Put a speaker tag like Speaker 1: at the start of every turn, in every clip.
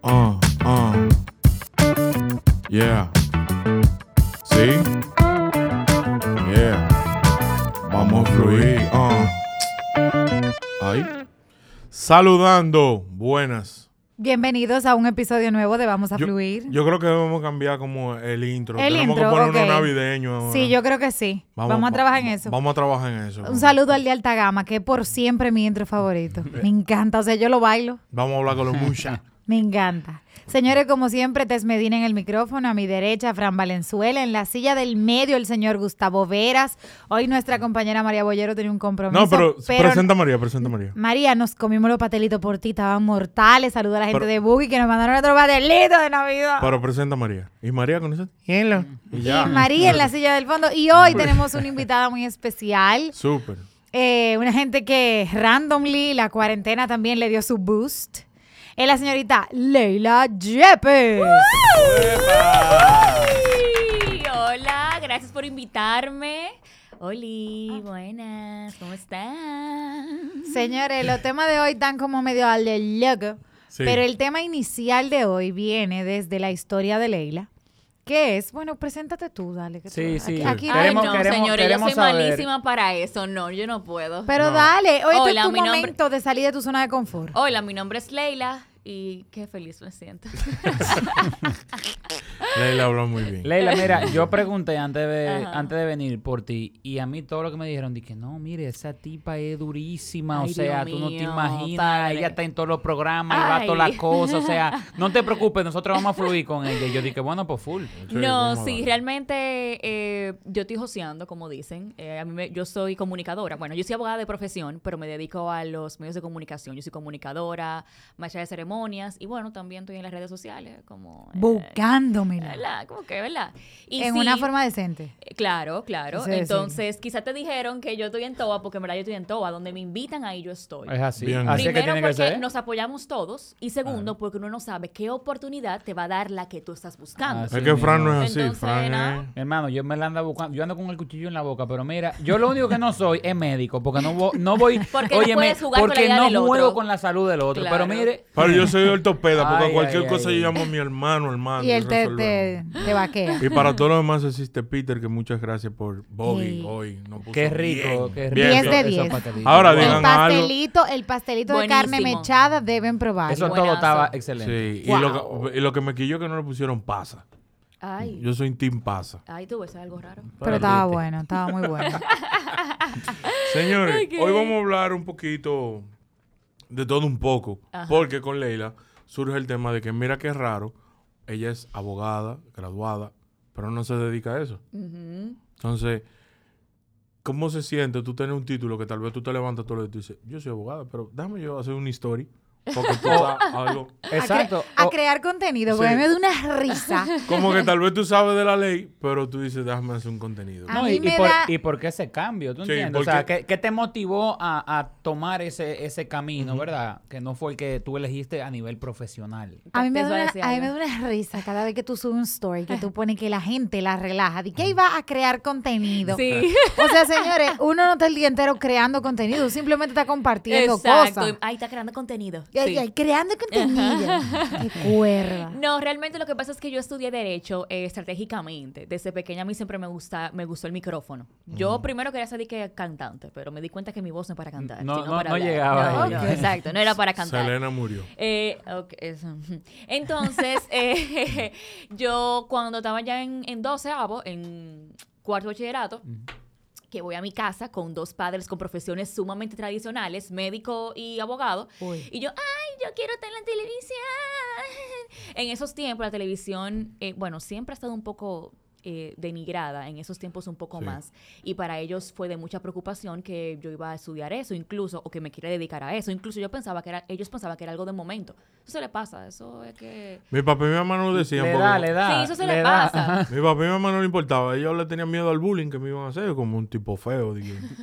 Speaker 1: Uh, uh. Yeah. ¿Sí? Yeah. Vamos a fluir. uh. Ahí. Saludando. Buenas.
Speaker 2: Bienvenidos a un episodio nuevo de Vamos a
Speaker 1: Yo,
Speaker 2: Fluir.
Speaker 1: yo creo que debemos cambiar como el intro.
Speaker 2: El
Speaker 1: Tenemos
Speaker 2: intro,
Speaker 1: que poner
Speaker 2: ok.
Speaker 1: uno navideño ahora.
Speaker 2: sí, yo creo que sí. Vamos, a trabajar en eso.
Speaker 1: Vamos a trabajar en eso.
Speaker 2: Un saludo al de Alta Gama, que es por siempre mi intro favorito. Me encanta, o sea, yo lo bailo.
Speaker 1: Vamos a hablar con los muchachos.
Speaker 2: Me encanta. Señores, como siempre, Tess Medina en el micrófono, a mi derecha, Fran Valenzuela, en la silla del medio, el señor Gustavo Veras. Hoy nuestra compañera María Bollero tenía un compromiso.
Speaker 1: No, pero, presenta a María, presenta a María.
Speaker 2: María, nos comimos los patelitos por ti, estaban mortales. Saluda a la gente
Speaker 1: Pero-
Speaker 2: de Boogie que nos mandaron otro patelito de Navidad.
Speaker 1: Pero presenta a María. ¿Y María con eso? Hello. Y ya.
Speaker 2: Y María en la silla del fondo. Y hoy tenemos una invitada muy especial.
Speaker 1: Súper.
Speaker 2: Eh, una gente que randomly la cuarentena también le dio su boost. Es la señorita Leila Yepes.
Speaker 3: Ay, Hola, gracias por invitarme. Oli, buenas, ¿cómo están?
Speaker 2: Señores, los temas de hoy están como medio al del loco.
Speaker 1: Sí.
Speaker 2: Pero el tema inicial de hoy viene desde la historia de Leila. que es? Bueno, preséntate tú, dale. que tú-
Speaker 4: Sí, sí.
Speaker 2: Aquí, aquí-
Speaker 3: Ay,
Speaker 4: Queremos-
Speaker 3: no,
Speaker 4: queremos-
Speaker 3: señores,
Speaker 4: queremos
Speaker 3: yo soy
Speaker 4: saber.
Speaker 3: malísima para eso. No, yo no puedo.
Speaker 2: pero
Speaker 1: No.
Speaker 2: dale, hoy este
Speaker 3: Hola,
Speaker 2: es tu
Speaker 3: mi nombre- Oh,
Speaker 2: momento de salir de tu zona de confort.
Speaker 3: Hola, mi nombre es Leila y qué feliz me siento.
Speaker 1: Leila habló muy bien.
Speaker 4: Leila, mira, yo pregunté antes de,
Speaker 3: Ajá.
Speaker 4: antes de venir por ti y a mí todo lo que me dijeron, dije, no, mire, esa tipa es durísima,
Speaker 3: Ay,
Speaker 4: o sea,
Speaker 3: Dios
Speaker 4: tú no te
Speaker 3: mío,
Speaker 4: imaginas,
Speaker 3: padre.
Speaker 4: ella está en todos los programas y va a
Speaker 3: Ay.
Speaker 4: todas las cosas, o sea, no te preocupes, nosotros vamos a fluir con ella. Y yo dije, bueno, pues full.
Speaker 3: No,
Speaker 1: vamos a
Speaker 3: sí,
Speaker 1: ver.
Speaker 3: realmente eh, yo estoy joseando, como dicen. Eh, a mí me- yo soy comunicadora. Bueno, yo soy abogada de profesión, pero me dedico a los medios de comunicación. Yo soy comunicadora, maestra de ceremonias y bueno, también estoy en las redes sociales como... eh,
Speaker 2: Buscándomela.
Speaker 3: ¿Verdad? Como que, ¿verdad? Y
Speaker 2: en
Speaker 3: sí,
Speaker 2: una forma decente.
Speaker 3: eh, Claro, claro.
Speaker 2: Sí, sí.
Speaker 3: Entonces, quizás te dijeron que yo estoy en Toa, porque en verdad yo estoy en Toa. Donde me invitan, ahí yo estoy.
Speaker 4: Es así.
Speaker 1: Bien.
Speaker 4: Así es que
Speaker 3: Primero,
Speaker 4: tiene
Speaker 3: porque
Speaker 4: que ser.
Speaker 3: nos apoyamos todos. Y segundo, porque uno no sabe qué oportunidad te va a dar la que tú estás buscando.
Speaker 4: Así.
Speaker 1: Es que Fran no es así.
Speaker 3: Entonces,
Speaker 1: Fran
Speaker 3: ¿no?
Speaker 1: es-
Speaker 4: Mi hermano, yo me la ando buscando, yo ando con el cuchillo en la boca, pero mira, yo lo único que no soy es médico, porque no, vo- no voy,
Speaker 3: Porque no puedes jugar con la
Speaker 4: porque
Speaker 3: vida
Speaker 4: no
Speaker 3: del otro.
Speaker 4: juego con la salud del otro,
Speaker 3: Claro.
Speaker 4: pero mire,
Speaker 1: Pero yo soy ortopeda, porque
Speaker 4: Ay,
Speaker 1: cualquier
Speaker 4: ay,
Speaker 1: cosa
Speaker 4: ay.
Speaker 1: yo llamo a mi hermano, hermano.
Speaker 2: Y él te, te,
Speaker 1: resolvemos.
Speaker 2: te vaquea.
Speaker 1: Y para todos los demás existe Peter, que muchas gracias por Bobby
Speaker 2: Sí.
Speaker 1: hoy. nos puso
Speaker 4: qué rico,
Speaker 1: bien.
Speaker 4: qué rico.
Speaker 1: Bien,
Speaker 2: Diez de
Speaker 4: esos- esos
Speaker 2: diez.
Speaker 4: pataditos.
Speaker 1: Ahora
Speaker 4: Wow.
Speaker 1: digan
Speaker 2: El
Speaker 1: algo.
Speaker 2: pastelito, el pastelito de carne
Speaker 3: Buenísimo.
Speaker 2: mechada deben probar.
Speaker 4: Eso
Speaker 3: Buenazo.
Speaker 4: todo estaba
Speaker 1: Sí,
Speaker 4: excelente.
Speaker 1: y, lo que, y lo que me quilló que no le pusieron pasa.
Speaker 3: Ay,
Speaker 1: Yo soy un team pasa.
Speaker 3: ay, tú ves algo raro.
Speaker 2: Pero estaba bueno, estaba muy bueno.
Speaker 1: Señores, hoy vamos a hablar un poquito de todo un poco, porque con Leila surge el tema de que mira qué raro, ella es abogada, graduada, pero no se dedica a eso.
Speaker 3: Ujú.
Speaker 1: Entonces, ¿cómo se siente tú tener un título que tal vez tú te levantas todo y tú dices, yo soy abogada, pero déjame yo hacer una historia? Porque tú sabes algo.
Speaker 4: Exacto.
Speaker 2: A
Speaker 4: O-
Speaker 2: crear contenido, porque
Speaker 1: Sí.
Speaker 2: a mí me da una risa.
Speaker 1: Como que tal vez tú sabes de la ley, pero tú dices, déjame hacer un contenido.
Speaker 2: a
Speaker 4: no,
Speaker 2: mí
Speaker 4: y, y
Speaker 2: me
Speaker 4: por,
Speaker 2: da-
Speaker 4: y por qué ese cambio? ¿Tú
Speaker 1: Sí,
Speaker 4: entiendes?
Speaker 1: porque-
Speaker 4: O sea, ¿qué, qué te motivó a, a tomar ese, ese camino, verdad? Que no fue el que tú elegiste a nivel profesional.
Speaker 2: A mí, me
Speaker 3: Te
Speaker 2: da
Speaker 3: voy a
Speaker 2: una,
Speaker 3: decir
Speaker 2: a mí me da
Speaker 3: algo.
Speaker 2: una risa cada vez que tú subes un story, que tú pones que la gente la relaja. ¿De qué iba a crear contenido?
Speaker 3: Sí.
Speaker 2: O sea, señores, uno no está el día entero creando contenido, simplemente está compartiendo cosas.
Speaker 3: Ahí está creando contenido.
Speaker 2: Ay,
Speaker 3: Sí.
Speaker 2: ay, creando contenido. Qué cuerda.
Speaker 3: No, realmente lo que pasa es que yo estudié derecho eh, estratégicamente. Desde pequeña a mí siempre me gusta, me gustó el micrófono. Yo primero quería ser de que cantante, pero me di cuenta que mi voz no es para cantar.
Speaker 4: No,
Speaker 3: sino
Speaker 4: no,
Speaker 3: para
Speaker 4: no
Speaker 3: hablar.
Speaker 4: llegaba
Speaker 3: No,
Speaker 4: ahí.
Speaker 3: no, exacto, no era para cantar.
Speaker 1: Selena murió.
Speaker 3: Eh, ok, eso. Entonces, eh, yo cuando estaba ya en, en 12 en cuarto bachillerato, que voy a mi casa con dos padres con profesiones sumamente tradicionales, médico y abogado, y yo, ay, yo quiero estar en la televisión. En esos tiempos la televisión, eh, bueno, siempre ha estado un poco eh, denigrada en esos tiempos un poco
Speaker 1: Sí.
Speaker 3: más. Y para ellos fue de mucha preocupación que yo iba a estudiar eso, incluso, o que me quiera dedicar a eso. Incluso yo pensaba que era, ellos pensaban que era algo de momento. Eso se le pasa, eso es que...
Speaker 1: Mi papá y mi mamá no lo decían.
Speaker 4: Le
Speaker 1: porque-
Speaker 4: da, Ah, le da.
Speaker 3: sí, eso se le,
Speaker 4: da.
Speaker 3: pasa.
Speaker 1: Mi papá y mi mamá no le importaba. Ellos le tenían miedo al bullying que me iban a hacer, como un tipo feo. dije.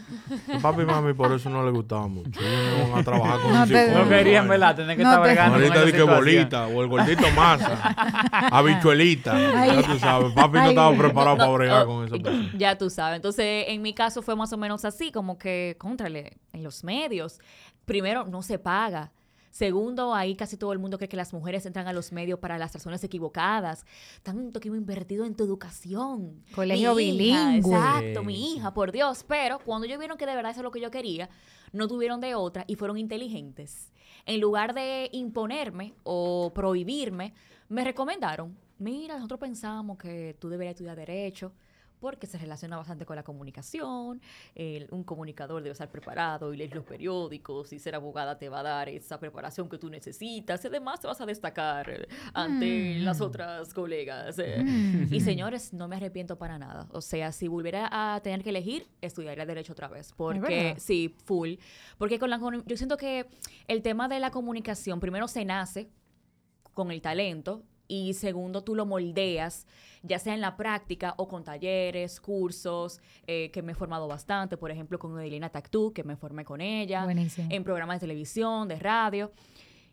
Speaker 1: Mi Papi y mami por eso no le gustaba mucho. Ellos no iban a trabajar con
Speaker 2: No
Speaker 1: un
Speaker 2: te-
Speaker 1: psicólogo.
Speaker 4: No querían,
Speaker 1: Ay.
Speaker 4: ¿verdad? Tener que
Speaker 2: No
Speaker 4: estar
Speaker 2: te-
Speaker 4: bregando. con
Speaker 1: Ahorita
Speaker 4: esa
Speaker 1: di que
Speaker 4: situación.
Speaker 1: bolita o el gordito masa, habichuelita.
Speaker 2: Ay.
Speaker 1: Ya tú sabes, papi no
Speaker 2: Ay.
Speaker 1: estaba preparado
Speaker 3: No,
Speaker 1: para bregar
Speaker 3: oh,
Speaker 1: con esa persona.
Speaker 3: Ya tú sabes. Entonces, en mi caso fue más o menos así, como que, contrale, en los medios. Primero, no se paga. Segundo, ahí casi todo el mundo cree que las mujeres entran a los medios para las razones equivocadas. Tanto que hemos invertido en tu educación.
Speaker 2: Colegio
Speaker 3: Mi hija,
Speaker 2: bilingüe.
Speaker 3: Exacto,
Speaker 4: Sí,
Speaker 3: mi
Speaker 4: sí.
Speaker 3: hija, por Dios. Pero cuando ellos vieron que de verdad eso es lo que yo quería, no tuvieron de otra y fueron inteligentes. En lugar de imponerme o prohibirme, me recomendaron, mira, nosotros pensamos que tú deberías estudiar derecho porque se relaciona bastante con la comunicación, el- un comunicador debe estar preparado y leer los periódicos y ser abogada te va a dar esa preparación que tú necesitas y además te vas a destacar eh, ante las otras colegas. eh". Y señores, no me arrepiento para nada. O sea, si volviera a tener que elegir, estudiaría derecho otra vez. Porque
Speaker 2: verdad?
Speaker 3: sí, full. Porque con la comu- yo siento que el tema de la comunicación, primero se nace con el talento y segundo tú lo moldeas, ya sea en la práctica o con talleres, cursos, eh, que me he formado bastante, por ejemplo con Edelina Tactú, que me formé con ella,
Speaker 2: Buenísimo.
Speaker 3: en programas de televisión, de radio.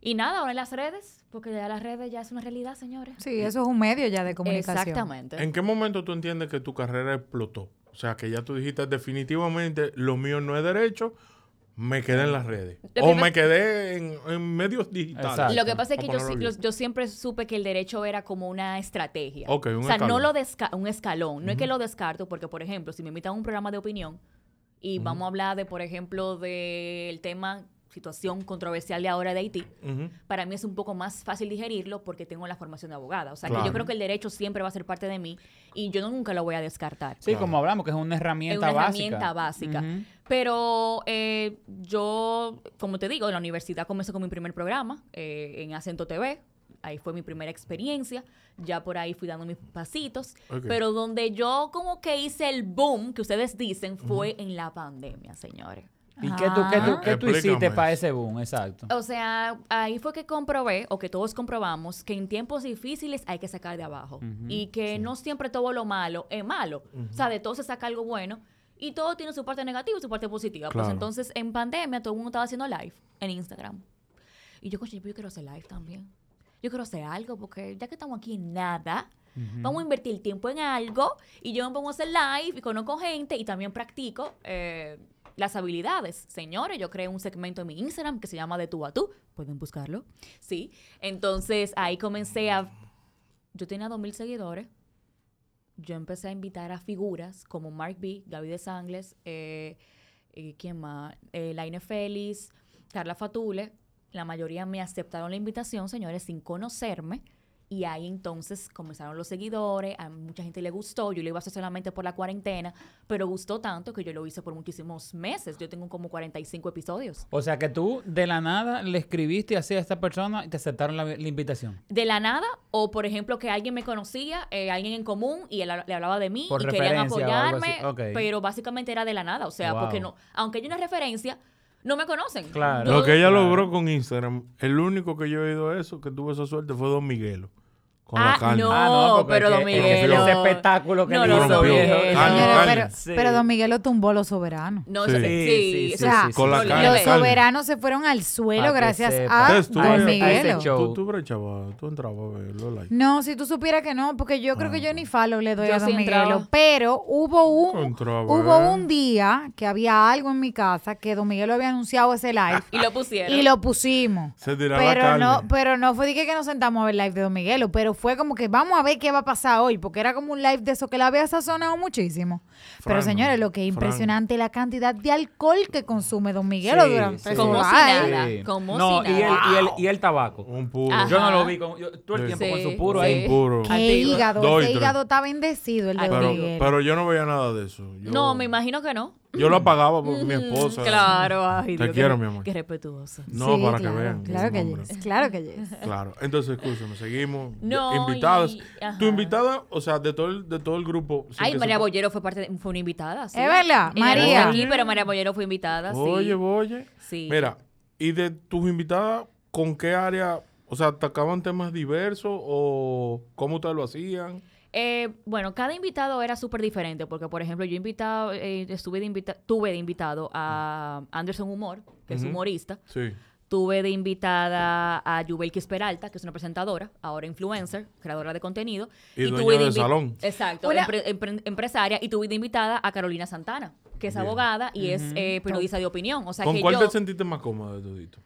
Speaker 3: Y nada, ahora en las redes, porque ya las redes ya es una realidad, señores.
Speaker 2: Sí, eso es un medio ya de comunicación.
Speaker 3: Exactamente.
Speaker 1: ¿En qué momento tú entiendes que tu carrera explotó? O sea, que ya tú dijiste definitivamente lo mío no es derecho, me quedé en las redes.
Speaker 3: Lo
Speaker 1: O
Speaker 3: primero-
Speaker 1: me quedé en, en medios digitales.
Speaker 4: Exacto.
Speaker 3: Lo que pasa es que yo,
Speaker 1: Vamos a
Speaker 3: sí-
Speaker 1: ponerlo
Speaker 3: los- yo siempre supe que el derecho era como una estrategia.
Speaker 1: Ok, un
Speaker 3: o sea, no
Speaker 1: escalón.
Speaker 3: lo desca- un escalón. No es que lo descarto, porque, por ejemplo, si me invitan a un programa de opinión y vamos a hablar de, por ejemplo, del tema, situación controversial de ahora de Haití,
Speaker 1: bien. Ujú.
Speaker 3: para mí es un poco más fácil digerirlo porque tengo la formación de abogada. O sea, que yo
Speaker 1: Claro.
Speaker 3: creo que el derecho siempre va a ser parte de mí y yo nunca lo voy a descartar.
Speaker 4: Sí,
Speaker 1: Claro.
Speaker 4: como hablamos, que es una herramienta
Speaker 3: Es una
Speaker 4: básica.
Speaker 3: herramienta básica.
Speaker 4: Ujú.
Speaker 3: Pero eh, yo, como te digo, en la universidad comencé con mi primer programa eh, en Acento TV. Ahí fue mi primera experiencia. Ya por ahí fui dando mis pasitos.
Speaker 1: Ok.
Speaker 3: Pero donde yo como que hice el boom que ustedes dicen fue en la pandemia, señores.
Speaker 4: ¿Y qué tú, qué tú, qué tú
Speaker 1: Explícame
Speaker 4: hiciste
Speaker 1: eso.
Speaker 4: para ese boom? Exacto.
Speaker 3: O sea, ahí fue que comprobé, o que todos comprobamos, que en tiempos difíciles hay que sacar de abajo. y que no siempre todo lo malo es malo. O sea, de todo se saca algo bueno. Y todo tiene su parte negativa y su parte positiva.
Speaker 1: Claro.
Speaker 3: Pues entonces, en pandemia, todo el mundo estaba haciendo live en Instagram. Y yo, coche, yo quiero hacer live también. Yo quiero hacer algo, porque ya que estamos aquí en nada, vamos a invertir tiempo en algo. Y yo me pongo a hacer live y conozco gente y también practico eh, las habilidades. Señores, yo creé un segmento en mi Instagram que se llama De tú a tú. Pueden buscarlo. Sí. Entonces ahí comencé a. Yo tenía 2.000 seguidores. Yo empecé a invitar a figuras como Mark B., Gaby de Sangles, eh, eh, ¿quién más? Eh, Laine Félix, Carla Fatule. La mayoría me aceptaron la invitación, señores, sin conocerme. Y ahí entonces comenzaron los seguidores, a mucha gente le gustó, yo lo iba a hacer solamente por la cuarentena, pero gustó tanto que yo lo hice por muchísimos meses. Yo tengo como 45 episodios.
Speaker 4: O sea que tú de la nada le escribiste así a esta persona y te aceptaron la, la invitación.
Speaker 3: de la nada o por ejemplo que alguien me conocía eh, alguien en común y él ha- le hablaba de mí
Speaker 4: Por
Speaker 3: y querían
Speaker 4: referencia o algo
Speaker 3: apoyarme
Speaker 4: así, ok.
Speaker 3: pero básicamente era de la nada o sea
Speaker 4: Wow.
Speaker 3: porque no aunque hay una referencia no me conocen
Speaker 4: Claro.
Speaker 3: Yo-
Speaker 1: Lo que ella
Speaker 4: Claro.
Speaker 1: logró con Instagram, el único que yo he oído eso, que tuvo esa suerte, fue Don Miguelo. Con la
Speaker 3: ah
Speaker 1: carne.
Speaker 3: no,
Speaker 4: Ah, no, porque
Speaker 3: pero
Speaker 4: es que-
Speaker 3: don
Speaker 4: es que
Speaker 3: Miguel
Speaker 4: ese espectáculo que
Speaker 3: no
Speaker 4: él
Speaker 3: lo
Speaker 1: hizo,
Speaker 3: Don
Speaker 1: viejo.
Speaker 3: Miguel.
Speaker 1: Ah,
Speaker 2: Señores,
Speaker 1: Calma,
Speaker 2: pero,
Speaker 1: calma.
Speaker 4: Sí.
Speaker 2: pero Don Miguel lo tumbó los soberanos.
Speaker 3: no
Speaker 1: Sí.
Speaker 3: sí,
Speaker 4: Sí,
Speaker 3: sí,
Speaker 4: sí,
Speaker 3: eso
Speaker 4: sí,
Speaker 3: es
Speaker 4: sí, sí,
Speaker 3: un
Speaker 4: Con
Speaker 1: la
Speaker 3: problema.
Speaker 1: cara.
Speaker 2: Los
Speaker 1: Calma.
Speaker 2: soberanos se fueron al
Speaker 4: Pa'
Speaker 2: suelo
Speaker 4: que
Speaker 2: gracias
Speaker 4: sepa.
Speaker 1: Te
Speaker 2: a
Speaker 3: Ah,
Speaker 1: estuve-
Speaker 4: a
Speaker 2: Don
Speaker 4: ese
Speaker 2: Miguelo.
Speaker 4: show.
Speaker 1: Tú, tú eres chaval, tú entrabas a ver los likes.
Speaker 2: No, si tú supieras que no, porque yo creo que
Speaker 4: Ah.
Speaker 2: yo ni falo le doy
Speaker 3: Yo
Speaker 2: a Don
Speaker 3: sí entraba.
Speaker 2: Miguelo. Pero hubo un
Speaker 1: Entraba.
Speaker 4: ¿eh?
Speaker 2: hubo un día que había algo en mi casa que Don Miguelo había anunciado ese live
Speaker 3: y lo pusieron
Speaker 2: y lo pusimos.
Speaker 1: Se tiraba la
Speaker 2: Pero
Speaker 1: carne.
Speaker 2: no, pero no fue de que, que nos sentamos a ver live de Don Miguelo, pero fue como que vamos a ver qué va a pasar hoy, porque era como un live de eso que la había sazonado muchísimo. pero
Speaker 1: Fran,
Speaker 2: señores, lo que es
Speaker 1: Fran.
Speaker 2: impresionante es la cantidad de alcohol que consume Don Miguelo
Speaker 4: Sí,
Speaker 2: durante
Speaker 4: sí.
Speaker 2: su
Speaker 3: pues, Como si
Speaker 2: live.
Speaker 3: nada. como
Speaker 4: no,
Speaker 3: si
Speaker 4: y,
Speaker 3: nada.
Speaker 4: El, y, el, y el tabaco.
Speaker 1: Un puro.
Speaker 3: Ajá.
Speaker 4: Yo no lo vi con, yo- todo el
Speaker 1: Sí.
Speaker 4: tiempo con
Speaker 3: Mm. Ah, Sí,
Speaker 4: su puro
Speaker 3: sí.
Speaker 4: ahí.
Speaker 1: Puro.
Speaker 2: Qué
Speaker 3: Antiguo.
Speaker 2: hígado,
Speaker 1: Dos y
Speaker 2: ese
Speaker 1: tres.
Speaker 2: hígado está bendecido el de Don
Speaker 1: Pero,
Speaker 2: Miguelo.
Speaker 1: pero yo no veía nada de eso. Yo-
Speaker 3: no me imagino que no
Speaker 1: Yo lo apagaba por mi esposa.
Speaker 3: Claro, ah, ay,
Speaker 1: Te
Speaker 3: Dios,
Speaker 1: quiero,
Speaker 3: qué-
Speaker 1: mi amor.
Speaker 3: Qué respetuoso.
Speaker 1: No,
Speaker 2: Sí,
Speaker 1: para
Speaker 2: claro,
Speaker 1: que vean.
Speaker 2: Claro que
Speaker 1: hombre.
Speaker 2: yes, claro que yes.
Speaker 1: Claro. Entonces, escúchame, seguimos.
Speaker 3: No,
Speaker 1: Invitadas.
Speaker 3: y- ajá.
Speaker 1: Tu invitada, o sea, de todo el, de todo el grupo. sin
Speaker 3: Ay,
Speaker 1: que
Speaker 3: María
Speaker 1: sepa-
Speaker 3: Bollero fue parte de- fue una invitada. sí.
Speaker 2: Es verdad,
Speaker 3: Ella no está
Speaker 2: María.
Speaker 3: aquí, pero María Bollero fue invitada. sí.
Speaker 1: Oye, oye.
Speaker 3: Sí.
Speaker 1: Mira, y de tus invitadas, ¿con qué área? O sea, ¿atacaban temas diversos o cómo ustedes lo hacían?
Speaker 3: Eh, bueno, cada invitado era súper diferente, porque por ejemplo yo invitado, eh, estuve de invita- tuve de invitado a Anderson Humor, que es
Speaker 1: Ujú.
Speaker 3: humorista.
Speaker 1: Sí.
Speaker 3: Tuve de invitada a Yubelkis Peralta, que es una presentadora, ahora influencer, creadora de contenido.
Speaker 1: Y dueña
Speaker 3: tuve de
Speaker 1: del
Speaker 3: invi-
Speaker 1: salón.
Speaker 3: Exacto,
Speaker 2: Hola.
Speaker 3: empre- empre- empresaria. Y tuve de invitada a Carolina Santana, que es
Speaker 1: Bien.
Speaker 3: abogada y es eh, periodista de opinión. O sea
Speaker 1: ¿Con
Speaker 3: que
Speaker 1: cuál
Speaker 3: yo...
Speaker 1: te sentiste más cómoda de todito?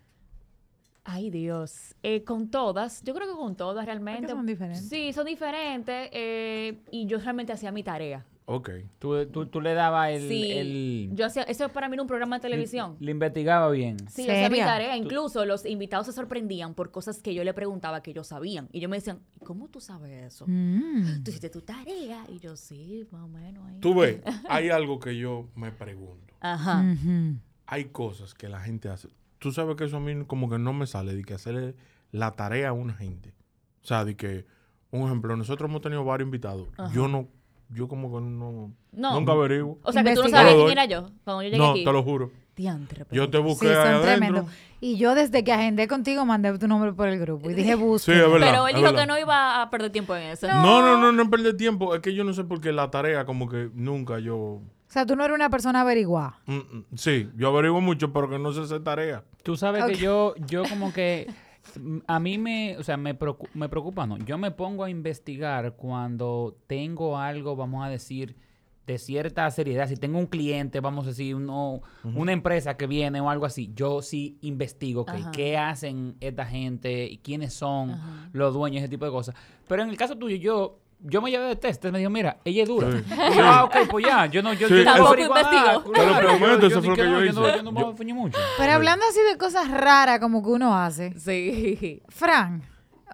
Speaker 3: Ay, Dios. Eh, con todas, yo creo que con todas realmente.
Speaker 2: son diferentes.
Speaker 3: Sí, son diferentes. eh, y yo realmente hacía mi tarea.
Speaker 1: Ok.
Speaker 4: Tú, tú- tú le dabas el...
Speaker 3: sí.
Speaker 4: el-
Speaker 3: Yo hacía, eso para mí era un programa de televisión.
Speaker 4: Le investigaba bien.
Speaker 3: Sí, yo hacía mi
Speaker 2: ¿Seria?
Speaker 3: tarea. Incluso los invitados se sorprendían por cosas que yo le preguntaba que ellos sabían. Y ellos me decían, ¿cómo tú sabes eso?
Speaker 2: Mm.
Speaker 3: ¿Tú hiciste tu tarea? Y yo, sí, más o menos ahí.
Speaker 1: Tú ves, hay algo que yo me pregunto.
Speaker 3: Ajá.
Speaker 2: Ujú.
Speaker 1: Hay cosas que la gente hace. Tú sabes que eso a mí como que no me sale de que hacerle la tarea a una gente. O sea, de que, un ejemplo, nosotros hemos tenido varios invitados. Yo no, yo como que no,
Speaker 3: No.
Speaker 1: nunca averiguo.
Speaker 3: O sea, que tú no
Speaker 2: Investigar.
Speaker 3: sabías
Speaker 1: Yo
Speaker 3: quién
Speaker 1: doy.
Speaker 3: era yo cuando yo llegué
Speaker 1: No,
Speaker 3: aquí.
Speaker 1: te lo juro.
Speaker 3: Diantre,
Speaker 1: Yo te
Speaker 3: pero-
Speaker 1: busqué
Speaker 2: Sí,
Speaker 1: ahí
Speaker 2: son
Speaker 1: adentro.
Speaker 2: tremendos. Y yo desde que agendé contigo mandé tu nombre por el grupo y dije
Speaker 1: Sí,
Speaker 2: busca.
Speaker 1: es verdad.
Speaker 3: Pero él
Speaker 1: es
Speaker 3: dijo
Speaker 1: verdad.
Speaker 3: que no iba a perder tiempo en eso.
Speaker 1: No, no, no, no perder tiempo. Es que yo no sé por qué la tarea como que nunca yo...
Speaker 2: O sea, tú no eres una persona averiguada.
Speaker 1: Mm, mm. Sí, yo averiguo mucho, pero que no sé hacer tarea.
Speaker 4: Tú sabes que yo, yo como que mm, a mí me, o sea, me preocu- me preocupa, no. Yo me pongo a investigar cuando tengo algo, vamos a decir, de cierta seriedad. Si tengo un cliente, vamos a decir, uno, una empresa que viene o algo así, yo sí investigo ok,
Speaker 3: Ajá.
Speaker 4: qué hacen esta gente y quiénes son
Speaker 3: Ajá.
Speaker 4: los dueños, ese tipo de cosas. Pero en el caso tuyo, yo yo me llevé de test, me dijo, mira, ella es dura.
Speaker 1: Sí.
Speaker 4: Y yo, ah, ok, pues ya, yo no, yo,
Speaker 1: Sí,
Speaker 4: yo no
Speaker 1: Tampoco
Speaker 4: averiguo nada,
Speaker 3: investigo.
Speaker 1: Te lo
Speaker 4: claro,
Speaker 1: prometo, eso
Speaker 4: dije,
Speaker 1: fue lo que
Speaker 4: no,
Speaker 1: yo
Speaker 4: no-
Speaker 1: hice.
Speaker 4: Yo no me
Speaker 1: Yo-
Speaker 4: afuñé mucho.
Speaker 2: Pero hablando así de cosas raras como que uno hace.
Speaker 3: Sí.
Speaker 2: Fran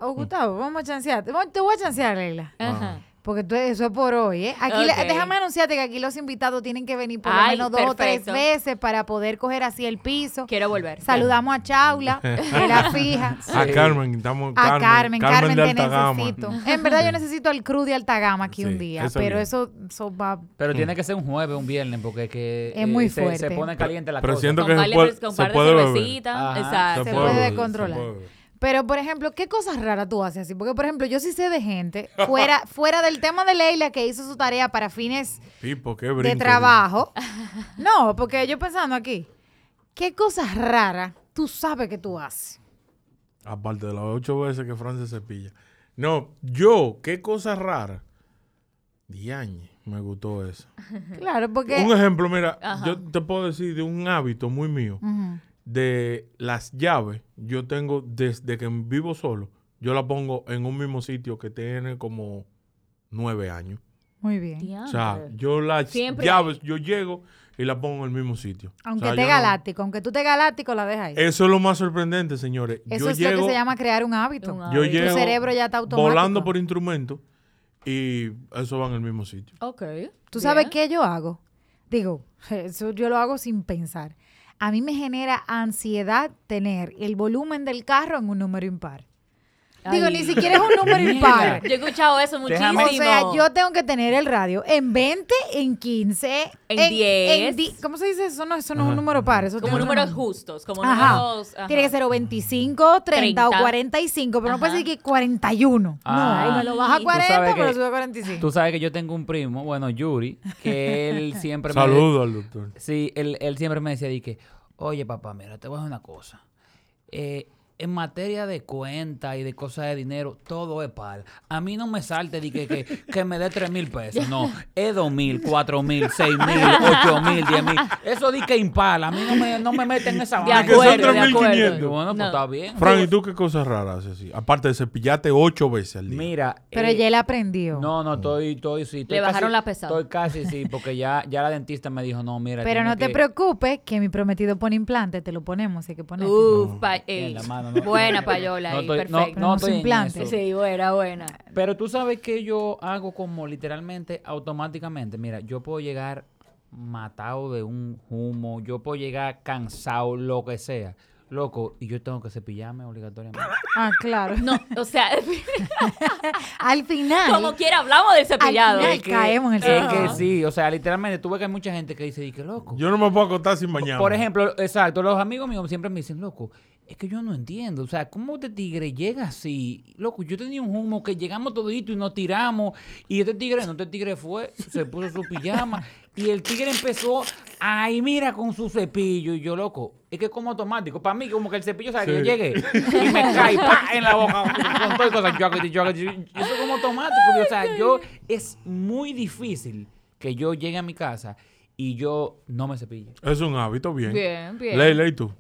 Speaker 2: o
Speaker 3: Mm.
Speaker 2: Gustavo, vamos a chancear. Te voy- Te voy a chancear, Leila.
Speaker 1: Ah.
Speaker 3: Ajá.
Speaker 2: Porque tú- eso es por hoy, ¿eh? Aquí le-
Speaker 3: Ok.
Speaker 2: déjame anunciarte que aquí los invitados tienen que venir por lo
Speaker 3: Ay,
Speaker 2: menos dos o tres
Speaker 3: perfecto.
Speaker 2: veces para poder coger así el piso.
Speaker 3: Quiero volver.
Speaker 2: Saludamos a Chaula, que la fija.
Speaker 1: A Ah, Carmen, estamos
Speaker 2: A Ah, Carmen,
Speaker 1: Carmen
Speaker 2: Carmen,
Speaker 1: de
Speaker 2: te
Speaker 1: alta gama.
Speaker 2: necesito. En verdad yo necesito al crew de alta gama aquí un
Speaker 1: Sí,
Speaker 2: día,
Speaker 1: eso
Speaker 2: pero
Speaker 1: bien.
Speaker 2: eso, eso va...
Speaker 4: Pero tiene que ser un jueves, un viernes, porque que, eh,
Speaker 2: Es muy
Speaker 4: se- Se,
Speaker 2: fuerte.
Speaker 4: pone caliente la
Speaker 1: Mm. Pero
Speaker 4: cosa.
Speaker 1: siento-
Speaker 3: Con
Speaker 1: que se
Speaker 3: par de-
Speaker 1: puede-
Speaker 3: con
Speaker 1: se
Speaker 3: par de
Speaker 1: puede beber.
Speaker 3: cervecitas.
Speaker 4: Ajá.
Speaker 3: Exacto.
Speaker 2: Ah, Se
Speaker 1: puede
Speaker 2: puede
Speaker 1: beber, se
Speaker 2: controlar.
Speaker 1: puede beber.
Speaker 2: Pero, por ejemplo, ¿qué cosas raras tú haces así? Porque, por ejemplo, yo sí sé de gente, fuera, fuera del tema de Leila, que hizo su tarea para fines
Speaker 1: Pipo, qué brinco.
Speaker 2: de trabajo. No, porque yo pensando aquí, ¿qué cosas raras tú sabes que tú haces?
Speaker 1: Aparte de las ocho veces que Fran se cepilla. No, yo, qué cosa rara. Diañe, me gustó eso.
Speaker 2: Claro, porque...
Speaker 1: Un ejemplo, mira,
Speaker 3: Ajá.
Speaker 1: yo te puedo decir de un hábito muy mío.
Speaker 2: Ujú.
Speaker 1: De las llaves, yo tengo desde que vivo solo, yo la pongo en un mismo sitio que tiene como nueve años.
Speaker 2: Muy bien.
Speaker 1: O
Speaker 3: Diantre.
Speaker 1: sea, yo las
Speaker 3: Siempre-
Speaker 1: llaves, yo llego y las pongo en el mismo sitio. O
Speaker 2: Aunque
Speaker 1: sea,
Speaker 2: esté
Speaker 1: yo no-
Speaker 2: galáctico, aunque tú estés galáctico, la dejas ahí.
Speaker 1: Eso es lo más sorprendente, señores.
Speaker 2: Eso
Speaker 1: yo
Speaker 2: es
Speaker 1: llego,
Speaker 2: lo que se llama crear un hábito.
Speaker 3: Un hábito.
Speaker 1: yo
Speaker 3: Tu
Speaker 1: llego
Speaker 2: cerebro ya está automático.
Speaker 1: volando por instrumento y eso va en el mismo sitio.
Speaker 3: Ok.
Speaker 2: ¿Tú
Speaker 3: bien.
Speaker 2: sabes qué yo hago? Digo, eso yo lo hago sin pensar. A mí me genera ansiedad tener el volumen del carro en un número impar. Digo,
Speaker 3: Ay.
Speaker 2: ni siquiera es un número impar.
Speaker 3: Yo he escuchado eso
Speaker 4: Déjame-
Speaker 3: muchísimo.
Speaker 2: O sea, yo tengo que tener el radio en 20, en 15,
Speaker 3: En 10.
Speaker 2: di- ¿Cómo se dice? Eso no, eso no es un
Speaker 1: Ajá.
Speaker 2: número par. Eso
Speaker 3: Como
Speaker 2: tiene otro
Speaker 3: números
Speaker 2: nombre.
Speaker 3: justos, como
Speaker 2: Ajá.
Speaker 3: números... ajá.
Speaker 2: Tiene que ser o 25, 30, o
Speaker 3: 30.
Speaker 2: 45, pero no puede
Speaker 3: Ajá.
Speaker 2: ser que 41.
Speaker 4: Ah.
Speaker 2: no, ahí me lo baja a
Speaker 3: Tú
Speaker 4: sabes
Speaker 2: 40, me lo
Speaker 4: que-
Speaker 2: sube a 45.
Speaker 4: Tú sabes que yo tengo un primo, bueno, Yuri, que él siempre me...
Speaker 1: Saludos al doctor.
Speaker 4: Sí, él, él siempre me decía, dije, oye, papá, mira, te voy a decir una cosa. Eh, en materia de cuenta y de cosas de dinero, todo es par. A mí no me salte di que, que, que me dé tres mil pesos. No, es dos mil, cuatro mil, seis mil, ocho mil, diez mil. Eso di que impar. A mí no me, no me meten esa
Speaker 3: De
Speaker 4: vaina.
Speaker 1: que son
Speaker 3: acuerdo, de
Speaker 1: 3.500.
Speaker 4: Y
Speaker 3: acuerdo.
Speaker 4: Bueno, pues
Speaker 3: No.
Speaker 4: está bien.
Speaker 1: Fran, ¿y tú qué cosas raras haces así? Aparte de cepillarte ocho veces al día.
Speaker 4: Mira.
Speaker 2: pero
Speaker 4: eh, Mm.
Speaker 2: ya él aprendió.
Speaker 4: No, no, estoy, estoy, sí. estoy
Speaker 3: Le bajaron
Speaker 4: casi-
Speaker 3: la pesada.
Speaker 4: Estoy casi, sí, porque ya, ya la dentista me dijo, no, mira.
Speaker 2: pero
Speaker 4: tiene
Speaker 2: no te
Speaker 4: que-
Speaker 2: preocupes que mi prometido pone implante, te lo ponemos, hay que poner.
Speaker 3: Uf, pa- ey.
Speaker 4: En la mano, no.
Speaker 3: buena payola
Speaker 4: No
Speaker 3: ahí,
Speaker 4: estoy- no,
Speaker 3: perfecto.
Speaker 4: no
Speaker 2: Ponemos
Speaker 4: estoy en
Speaker 2: implante.
Speaker 4: eso.
Speaker 3: Sí, buena, buena.
Speaker 4: Pero tú sabes que yo hago como literalmente automáticamente. Mira, yo puedo llegar matado de un humo, yo puedo llegar cansado, lo que sea. Loco, y yo tengo que cepillarme obligatoriamente.
Speaker 2: Ah, claro.
Speaker 3: No, o sea,
Speaker 2: al final.
Speaker 3: como quiera hablamos del
Speaker 2: Al
Speaker 3: cepillado.
Speaker 2: final
Speaker 3: Es que-
Speaker 2: caemos en el
Speaker 4: Es
Speaker 2: cepillado.
Speaker 4: que sí, o sea, literalmente tuve que hay mucha gente que dice, di que loco.
Speaker 1: Yo no me puedo acostar sin mañana.
Speaker 4: Por ejemplo, exacto, los amigos míos siempre me dicen, loco, es que yo no entiendo. O sea, ¿cómo este tigre llega así? Loco, yo tenía un humo que llegamos todito y nos tiramos. Y este tigre, no, este tigre fue, se puso su pijama. y el tigre empezó, ay, mira, con su cepillo. Y yo, loco, es que es como automático. Para mí, como que el cepillo, o sea, que yo
Speaker 1: Sí.
Speaker 4: llegué y me cae pa, en la boca. Con todo y cosas, yo hago esto, yo hago esto, yo- Eso es como automático. o sea, yo, es muy difícil que yo llegue a mi casa y yo no me cepille.
Speaker 1: Es un hábito, bien.
Speaker 3: Bien, bien.
Speaker 1: Ley, ley tú.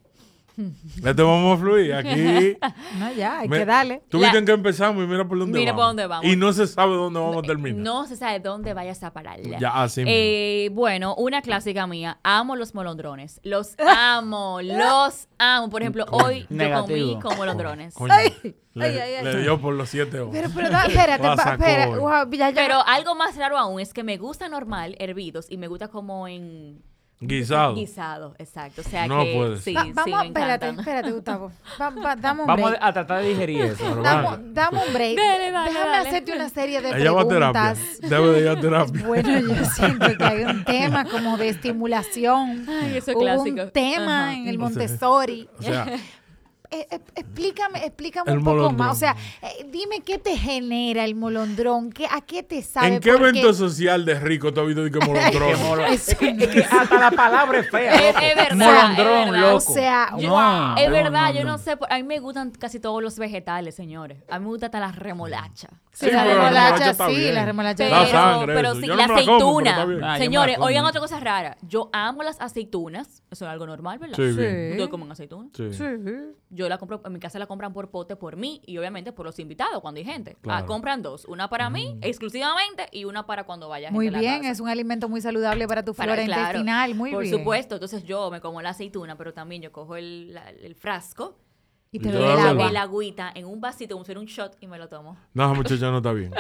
Speaker 1: Ya te vamos a fluir. Aquí.
Speaker 2: No, ya, hay
Speaker 1: me-
Speaker 2: que darle.
Speaker 1: Tú viste
Speaker 3: La-
Speaker 1: en qué empezamos y mira por dónde
Speaker 3: Mira
Speaker 1: vamos.
Speaker 3: por dónde vamos.
Speaker 1: Y no se sabe dónde
Speaker 2: Eh,
Speaker 1: vamos a terminar.
Speaker 3: No se sabe dónde vayas a parar.
Speaker 1: Ya, así mismo.
Speaker 3: Eh, bueno, una clásica mía. Amo los molondrones. Los amo, los amo. Por ejemplo, hoy yo comí
Speaker 4: Negativo.
Speaker 3: con molondrones.
Speaker 1: Coño, le,
Speaker 2: ay, ay, ay.
Speaker 1: le dio por los siete ojos.
Speaker 2: Pero, pero, da- espérate,
Speaker 1: La
Speaker 2: pa-
Speaker 1: sacó
Speaker 2: espera,
Speaker 1: hoy.
Speaker 2: guau, ya, ya-
Speaker 3: Pero algo más raro aún es que me gusta normal hervidos y me gusta como en
Speaker 1: Guisado.
Speaker 3: guisado, exacto. O sea
Speaker 1: No
Speaker 3: que
Speaker 1: puede
Speaker 3: sí,
Speaker 2: Va-
Speaker 3: sí,
Speaker 2: vamos,
Speaker 3: me
Speaker 2: espérate,
Speaker 3: encantan.
Speaker 2: espérate, Gustavo. Va- va- dame un
Speaker 4: Vamos
Speaker 2: break.
Speaker 4: a tratar de digerir eso.
Speaker 1: Normal.
Speaker 2: Dame, dame un break.
Speaker 3: Dale, dale,
Speaker 2: Déjame
Speaker 3: dale.
Speaker 2: hacerte una serie de
Speaker 1: Ella va a terapia.
Speaker 2: preguntas.
Speaker 1: Debe de ir a terapia.
Speaker 2: Bueno, yo siento que hay un tema como de estimulación.
Speaker 3: Ay, eso es
Speaker 2: Hubo
Speaker 3: clásico.
Speaker 2: un tema
Speaker 3: Ajá.
Speaker 2: en el
Speaker 1: O sea,
Speaker 2: Montessori.
Speaker 1: O sea,
Speaker 2: Eh, eh, explícame, explícame
Speaker 1: El
Speaker 2: un poco
Speaker 1: molondrón.
Speaker 2: más. O sea, eh, dime qué te genera el molondrón, qué, a qué te sabe.
Speaker 1: ¿en qué
Speaker 2: porque-
Speaker 1: evento social de rico tú has visto de que
Speaker 4: Qué
Speaker 1: molondrones?
Speaker 4: molo-
Speaker 2: Eso no
Speaker 4: Es que hasta la palabra es fea.
Speaker 3: Es-
Speaker 4: loco.
Speaker 3: es verdad,
Speaker 4: Molondrón,
Speaker 3: Eh, es verdad.
Speaker 4: loco.
Speaker 3: O
Speaker 2: sea,
Speaker 4: No,
Speaker 2: wow.
Speaker 3: Es
Speaker 4: no,
Speaker 3: verdad,
Speaker 4: no,
Speaker 3: yo
Speaker 4: no.
Speaker 3: no sé, por- a mí me gustan casi todos los vegetales, señores. A mí me gusta hasta las remolachas.
Speaker 1: Sí,
Speaker 2: Sí, la
Speaker 1: pero la remolacha
Speaker 2: remolacha,
Speaker 1: está
Speaker 2: sí,
Speaker 1: bien.
Speaker 2: la remolacha.
Speaker 1: Da
Speaker 3: Pero,
Speaker 2: bien.
Speaker 1: sangre
Speaker 3: pero
Speaker 1: eso.
Speaker 3: sí,
Speaker 1: Yo
Speaker 3: la
Speaker 1: no me la como, pero
Speaker 3: aceituna.
Speaker 1: está bien.
Speaker 4: Ah, yo me la
Speaker 3: Señores,
Speaker 4: como.
Speaker 3: oigan otra cosa rara. Yo amo las aceitunas. Eso es algo normal, ¿verdad?
Speaker 1: Sí, bien.
Speaker 3: Ustedes comen aceitunas.
Speaker 1: Sí.
Speaker 3: Yo la compro, en mi casa la compran por pote por mí y obviamente por los invitados cuando hay gente.
Speaker 1: Claro.
Speaker 3: Ah, compran dos, una para mí exclusivamente y una para cuando vaya gente
Speaker 2: Muy
Speaker 3: a la
Speaker 2: bien,
Speaker 3: casa.
Speaker 2: es un alimento muy saludable para tu
Speaker 3: Para-
Speaker 2: flora
Speaker 3: claro,
Speaker 2: intestinal. Muy bien.
Speaker 3: Por supuesto, entonces yo me como la aceituna, pero también yo cojo el, la- el frasco,
Speaker 2: Y te
Speaker 1: Yo
Speaker 2: lo
Speaker 1: la
Speaker 2: del
Speaker 1: verdad.
Speaker 3: lavo
Speaker 2: agua.
Speaker 3: el agüita en un vasito, como si fuera un shot y me lo tomo.
Speaker 1: No, esa muchacha no está bien.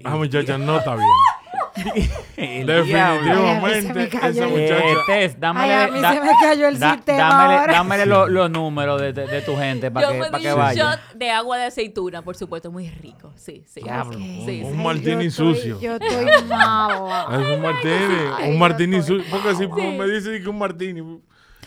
Speaker 1: Esa muchacha no está bien.
Speaker 4: El diablo.
Speaker 2: Ay, a mí se me
Speaker 1: Definitivamente,
Speaker 2: cayó
Speaker 1: esa
Speaker 2: el-
Speaker 4: Eh,
Speaker 1: muchacha.
Speaker 4: Tess, dámele,
Speaker 2: Ay, a mí se me cayó el sistema
Speaker 4: dámele,
Speaker 2: ahora.
Speaker 4: dámele lo- los números de, de- de tu gente para
Speaker 3: yo
Speaker 4: que,
Speaker 3: me
Speaker 4: pa'
Speaker 3: doy
Speaker 4: que
Speaker 3: un
Speaker 4: vaya.
Speaker 3: shot de agua de aceituna, por supuesto, muy rico. Sí, sí.
Speaker 4: Diablo.
Speaker 3: Sí,
Speaker 1: Un-
Speaker 3: sí.
Speaker 1: un
Speaker 2: Ay,
Speaker 1: martini
Speaker 2: yo estoy-
Speaker 1: sucio.
Speaker 2: Yo estoy mao.
Speaker 4: Eh,
Speaker 1: Es un martini.
Speaker 2: Ay,
Speaker 1: Un martini
Speaker 2: doctor.
Speaker 1: sucio. Porque si me dice que un martini.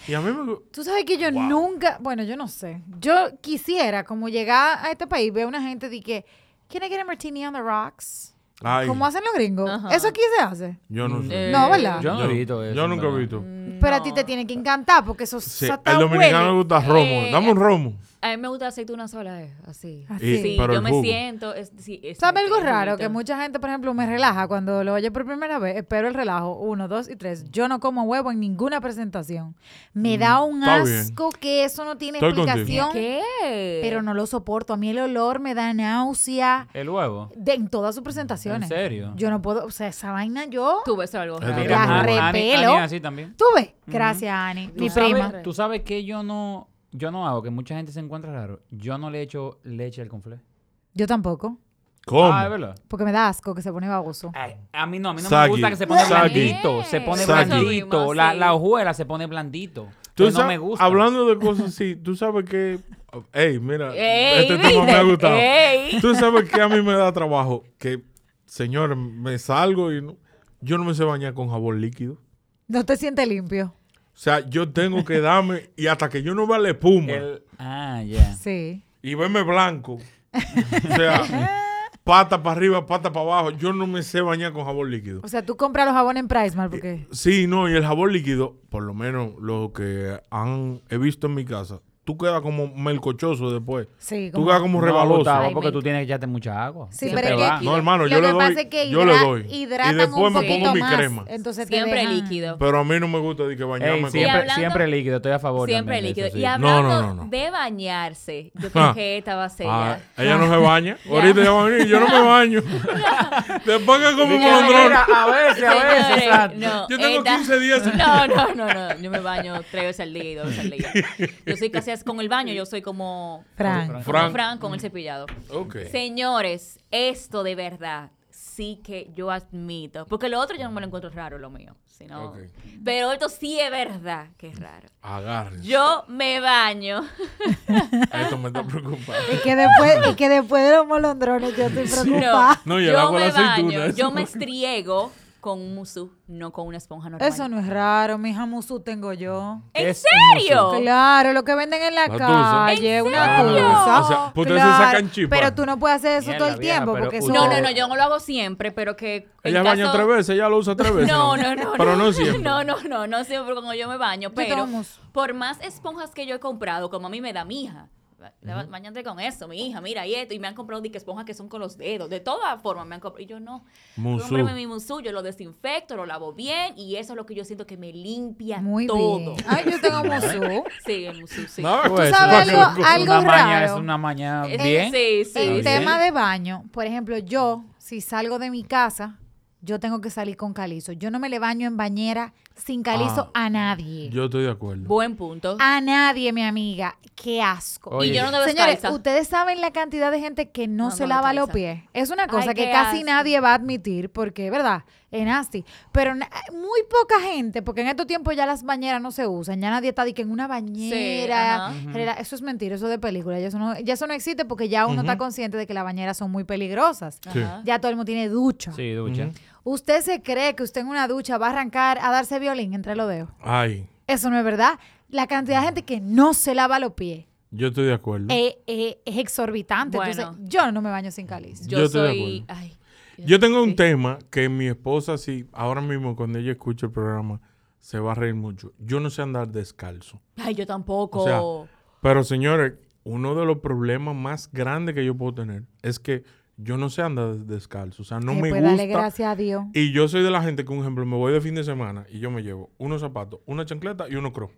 Speaker 1: Y a mí me. gu-
Speaker 2: Tú sabes que yo nunca, bueno, yo no sé. Yo quisiera, como llegar a este país, veo una gente de que, ¿Can I get a martini on the rocks?
Speaker 1: Ay,
Speaker 2: Como hacen los gringos.
Speaker 3: Ajá.
Speaker 2: Eso aquí se hace.
Speaker 1: yo no sé.
Speaker 3: Eh,
Speaker 2: no, ¿verdad?
Speaker 4: Yo no he visto eso.
Speaker 1: Yo nunca he
Speaker 4: no.
Speaker 1: visto.
Speaker 3: Mm,
Speaker 2: Pero a ti te tiene que encantar porque eso
Speaker 1: Sí,
Speaker 2: eso está
Speaker 1: el dominicano le
Speaker 2: bueno.
Speaker 1: gusta romo.
Speaker 3: Eh,
Speaker 1: Dame un romo.
Speaker 3: A mí me gusta la aceituna sola, eh, así.
Speaker 2: Así.
Speaker 3: Sí,
Speaker 1: Pero
Speaker 3: yo
Speaker 1: el
Speaker 3: me
Speaker 1: jugo.
Speaker 3: siento. Es, sí, es-
Speaker 2: ¿Sabes
Speaker 3: es
Speaker 2: algo raro?
Speaker 3: bonito.
Speaker 2: Que mucha gente, por ejemplo, me relaja cuando lo oye por primera vez. Espero el relajo. Uno, dos y tres. Yo no como huevo en ninguna presentación. Me da un
Speaker 1: Mm, está bien.
Speaker 2: asco que eso no tiene
Speaker 1: Estoy contigo.
Speaker 2: explicación.
Speaker 3: ¿Qué?
Speaker 2: Pero no lo soporto. A mí el olor me da náusea
Speaker 4: El huevo.
Speaker 2: de- en todas sus presentaciones.
Speaker 4: ¿En serio?
Speaker 2: Yo no puedo, o sea, esa vaina yo...
Speaker 3: Tú ves algo
Speaker 1: Mira,
Speaker 3: raro.
Speaker 1: La
Speaker 4: Ani-
Speaker 2: repelo.
Speaker 4: Ani- Ani así también.
Speaker 2: Tú ves. Gracias, Ani. Mi
Speaker 4: ¿Tú sabes-
Speaker 2: prima.
Speaker 4: Tú sabes que yo no, yo no hago, que mucha gente se encuentra raro. Yo no le echo leche al conflé.
Speaker 2: Yo tampoco.
Speaker 1: ¿Cómo?
Speaker 4: Ah, es verdad.
Speaker 2: Porque me da asco que se pone baboso.
Speaker 4: Ay, Eh, a mí no, a mí no
Speaker 1: Saki,
Speaker 4: me gusta que se pone
Speaker 1: Saki,
Speaker 4: blandito. Se pone
Speaker 1: Saki.
Speaker 4: blandito. La,
Speaker 3: Sí.
Speaker 4: la hojuela se pone blandito.
Speaker 1: Tú
Speaker 4: Pues no
Speaker 1: sab-
Speaker 4: me gusta.
Speaker 1: Hablando de cosas así, tú sabes que. Ey, mira,
Speaker 3: Ey,
Speaker 1: este tema me
Speaker 3: ¿viste?
Speaker 1: ha gustado.
Speaker 3: Ey.
Speaker 1: Tú sabes que a mí me da trabajo. Que, señores, me salgo y no- yo no me sé bañar con jabón líquido.
Speaker 2: No te sientes limpio.
Speaker 1: O sea, yo tengo que darme y hasta que yo no vea la espuma
Speaker 4: El- ah, ya.
Speaker 2: Sí.
Speaker 1: y verme blanco. O sea, pata para arriba, pata para abajo. Yo no me sé bañar con jabón líquido.
Speaker 2: O sea, tú compras los jabones en Pricemark porque...
Speaker 1: Sí, no, y el jabón líquido, por lo menos lo que han he visto en mi casa, tú quedas como melcochoso después.
Speaker 2: Sí,
Speaker 1: Tú
Speaker 2: como...
Speaker 1: quedas como
Speaker 4: No,
Speaker 1: rebaloso.
Speaker 4: Gustavo,
Speaker 3: Ay,
Speaker 4: porque
Speaker 3: me-
Speaker 4: tú tienes que echarte mucha agua.
Speaker 2: Sí,
Speaker 4: Se
Speaker 2: pero
Speaker 4: te
Speaker 2: es que
Speaker 4: va.
Speaker 2: aquí-
Speaker 1: no, hermano,
Speaker 2: Lo
Speaker 1: yo
Speaker 2: que
Speaker 1: le doy.
Speaker 2: pasa es que
Speaker 1: yo le
Speaker 2: hidra-
Speaker 1: doy.
Speaker 2: hidratan
Speaker 1: Y después
Speaker 2: un
Speaker 1: me
Speaker 2: poquito
Speaker 1: pongo mi
Speaker 2: más.
Speaker 1: crema.
Speaker 2: Entonces te
Speaker 3: Siempre
Speaker 2: dejan-
Speaker 3: líquido.
Speaker 1: Pero a mí no me gusta de que
Speaker 4: Ey,
Speaker 1: bañarme con
Speaker 4: siempre,
Speaker 3: hablando-
Speaker 4: siempre líquido, estoy a favor.
Speaker 3: Siempre
Speaker 4: también de
Speaker 3: líquido.
Speaker 4: eso, sí.
Speaker 3: Y
Speaker 1: No,
Speaker 3: hablando
Speaker 1: no, no, no.
Speaker 3: de bañarse, yo creo
Speaker 1: Ah.
Speaker 3: que esta va a ser
Speaker 1: Ah,
Speaker 3: ya.
Speaker 1: ella no se baña. Ahorita ella va a venir. Yo no me baño. Después que como un molondrón.
Speaker 4: Mira, a veces, a veces.
Speaker 3: Señores,
Speaker 4: exacto.
Speaker 3: no,
Speaker 1: Yo tengo
Speaker 3: esta-
Speaker 1: 15 días sin-
Speaker 3: No, no, no, no. Yo me baño tres veces al día y dos veces al día. Yo soy casi as- con el baño, yo soy como
Speaker 2: Fran.
Speaker 3: como
Speaker 1: Fran.
Speaker 3: Fran con el cepillado.
Speaker 1: Ok.
Speaker 3: Señores, esto de verdad sí que yo admito. Porque lo otro yo no me lo encuentro raro, lo mío. Sino,
Speaker 1: Ok.
Speaker 3: Pero esto sí es verdad que es raro.
Speaker 1: Agárrense.
Speaker 3: Yo me baño.
Speaker 1: Esto me está preocupando.
Speaker 2: Y que después, y que después de los molondrones yo estoy
Speaker 3: No,
Speaker 2: preocupada.
Speaker 1: No, y el
Speaker 3: yo
Speaker 1: agua de
Speaker 3: me
Speaker 1: aceituna,
Speaker 3: baño.
Speaker 1: eso
Speaker 3: Yo
Speaker 1: no-
Speaker 3: me estriego con un musú, no con una esponja normal.
Speaker 2: Eso no es raro, mi musu tengo yo.
Speaker 3: ¿En
Speaker 4: Es un
Speaker 3: serio?
Speaker 2: Claro, lo que venden en la,
Speaker 1: La tusa.
Speaker 2: calle,
Speaker 3: ¿En
Speaker 2: una
Speaker 3: serio?
Speaker 2: tusa.
Speaker 1: O sea, pues ustedes se
Speaker 2: Claro,
Speaker 1: sacan chispa.
Speaker 2: Pero tú no puedes hacer eso
Speaker 4: Mierda,
Speaker 2: todo el
Speaker 4: vieja,
Speaker 2: tiempo
Speaker 4: pero
Speaker 2: porque eso.
Speaker 3: No, no, no, yo no lo hago siempre, pero que. en
Speaker 1: Ella baña
Speaker 3: caso-
Speaker 1: tres veces, ella lo usa tres veces.
Speaker 3: No,
Speaker 1: nada
Speaker 3: no,
Speaker 1: más.
Speaker 3: no.
Speaker 1: Pero no siempre.
Speaker 3: No, no, no, no siempre cuando yo me baño. Pero
Speaker 2: tomo musu.
Speaker 3: por más esponjas que yo he comprado, como a mí me da mi hija. Mañana con eso, mi hija, mira, y esto. Y me han comprado di que esponjas que son con los dedos. De todas formas me han comprado. Y yo no.
Speaker 1: Musú.
Speaker 3: Cómprame mi musú, yo lo desinfecto, lo lavo bien. Y eso es lo que yo siento que me limpia
Speaker 2: Muy
Speaker 3: todo.
Speaker 2: bien. Ay, yo tengo musu.
Speaker 3: Sí, el musú, sí.
Speaker 1: No,
Speaker 4: Pues,
Speaker 1: eso
Speaker 2: sabes
Speaker 1: es
Speaker 2: algo-
Speaker 1: loco.
Speaker 2: algo
Speaker 4: una maña, es
Speaker 2: raro.
Speaker 4: una maña
Speaker 3: Eh,
Speaker 4: bien.
Speaker 3: Sí, sí.
Speaker 2: En
Speaker 3: sí.
Speaker 2: tema de baño, por ejemplo, yo, si salgo de mi casa, yo tengo que salir con calizo. Yo no me le baño en bañera sin calizo a nadie.
Speaker 1: Yo estoy de acuerdo.
Speaker 3: Buen punto.
Speaker 2: A nadie, mi amiga. Qué asco.
Speaker 4: Oye,
Speaker 3: y yo no debo
Speaker 2: Señores,
Speaker 3: descalza.
Speaker 2: ustedes saben la cantidad de gente que no,
Speaker 3: No,
Speaker 2: se
Speaker 3: no
Speaker 2: lava los
Speaker 3: descalza.
Speaker 2: pies. Es una cosa
Speaker 3: Ay,
Speaker 2: que
Speaker 3: qué
Speaker 2: casi
Speaker 3: asco.
Speaker 2: nadie va a admitir porque, ¿verdad? Es nasty. Pero na- muy poca gente, porque en estos tiempos ya las bañeras no se usan. Ya nadie está de que en una bañera.
Speaker 3: ajá.
Speaker 2: rela- Eso es mentira, eso de película. Ya eso no, ya eso no existe porque ya uno está consciente de que las bañeras son muy peligrosas.
Speaker 1: Sí.
Speaker 3: Ajá.
Speaker 2: Ya todo el mundo tiene ducha.
Speaker 4: Sí, ducha.
Speaker 2: ¿Usted se cree que usted en una ducha va a arrancar a darse violín entre los dedos?
Speaker 1: Ay,
Speaker 2: Eso no es verdad. La cantidad de gente que no se lava los pies
Speaker 1: yo estoy de acuerdo.
Speaker 2: eh, eh, es exorbitante.
Speaker 3: Bueno.
Speaker 2: Entonces, yo no me baño sin cáliz.
Speaker 3: Yo,
Speaker 1: Yo estoy de
Speaker 3: soy.
Speaker 1: acuerdo.
Speaker 3: ay,
Speaker 1: Yo tengo un
Speaker 3: sí.
Speaker 1: tema que mi esposa, sí, ahora mismo cuando ella escucha el programa, se va a reír mucho. Yo no sé andar descalzo.
Speaker 3: Ay, yo tampoco.
Speaker 1: O sea, pero señores, uno de los problemas más grandes que yo puedo tener es que yo no sé andar descalzo. O sea, no
Speaker 2: Eh,
Speaker 1: me
Speaker 2: pues,
Speaker 1: gusta.
Speaker 2: dale gracias a Dios.
Speaker 1: Y yo soy de la gente que, un ejemplo, me voy de fin de semana y yo me llevo unos zapatos, una chancleta y uno croc.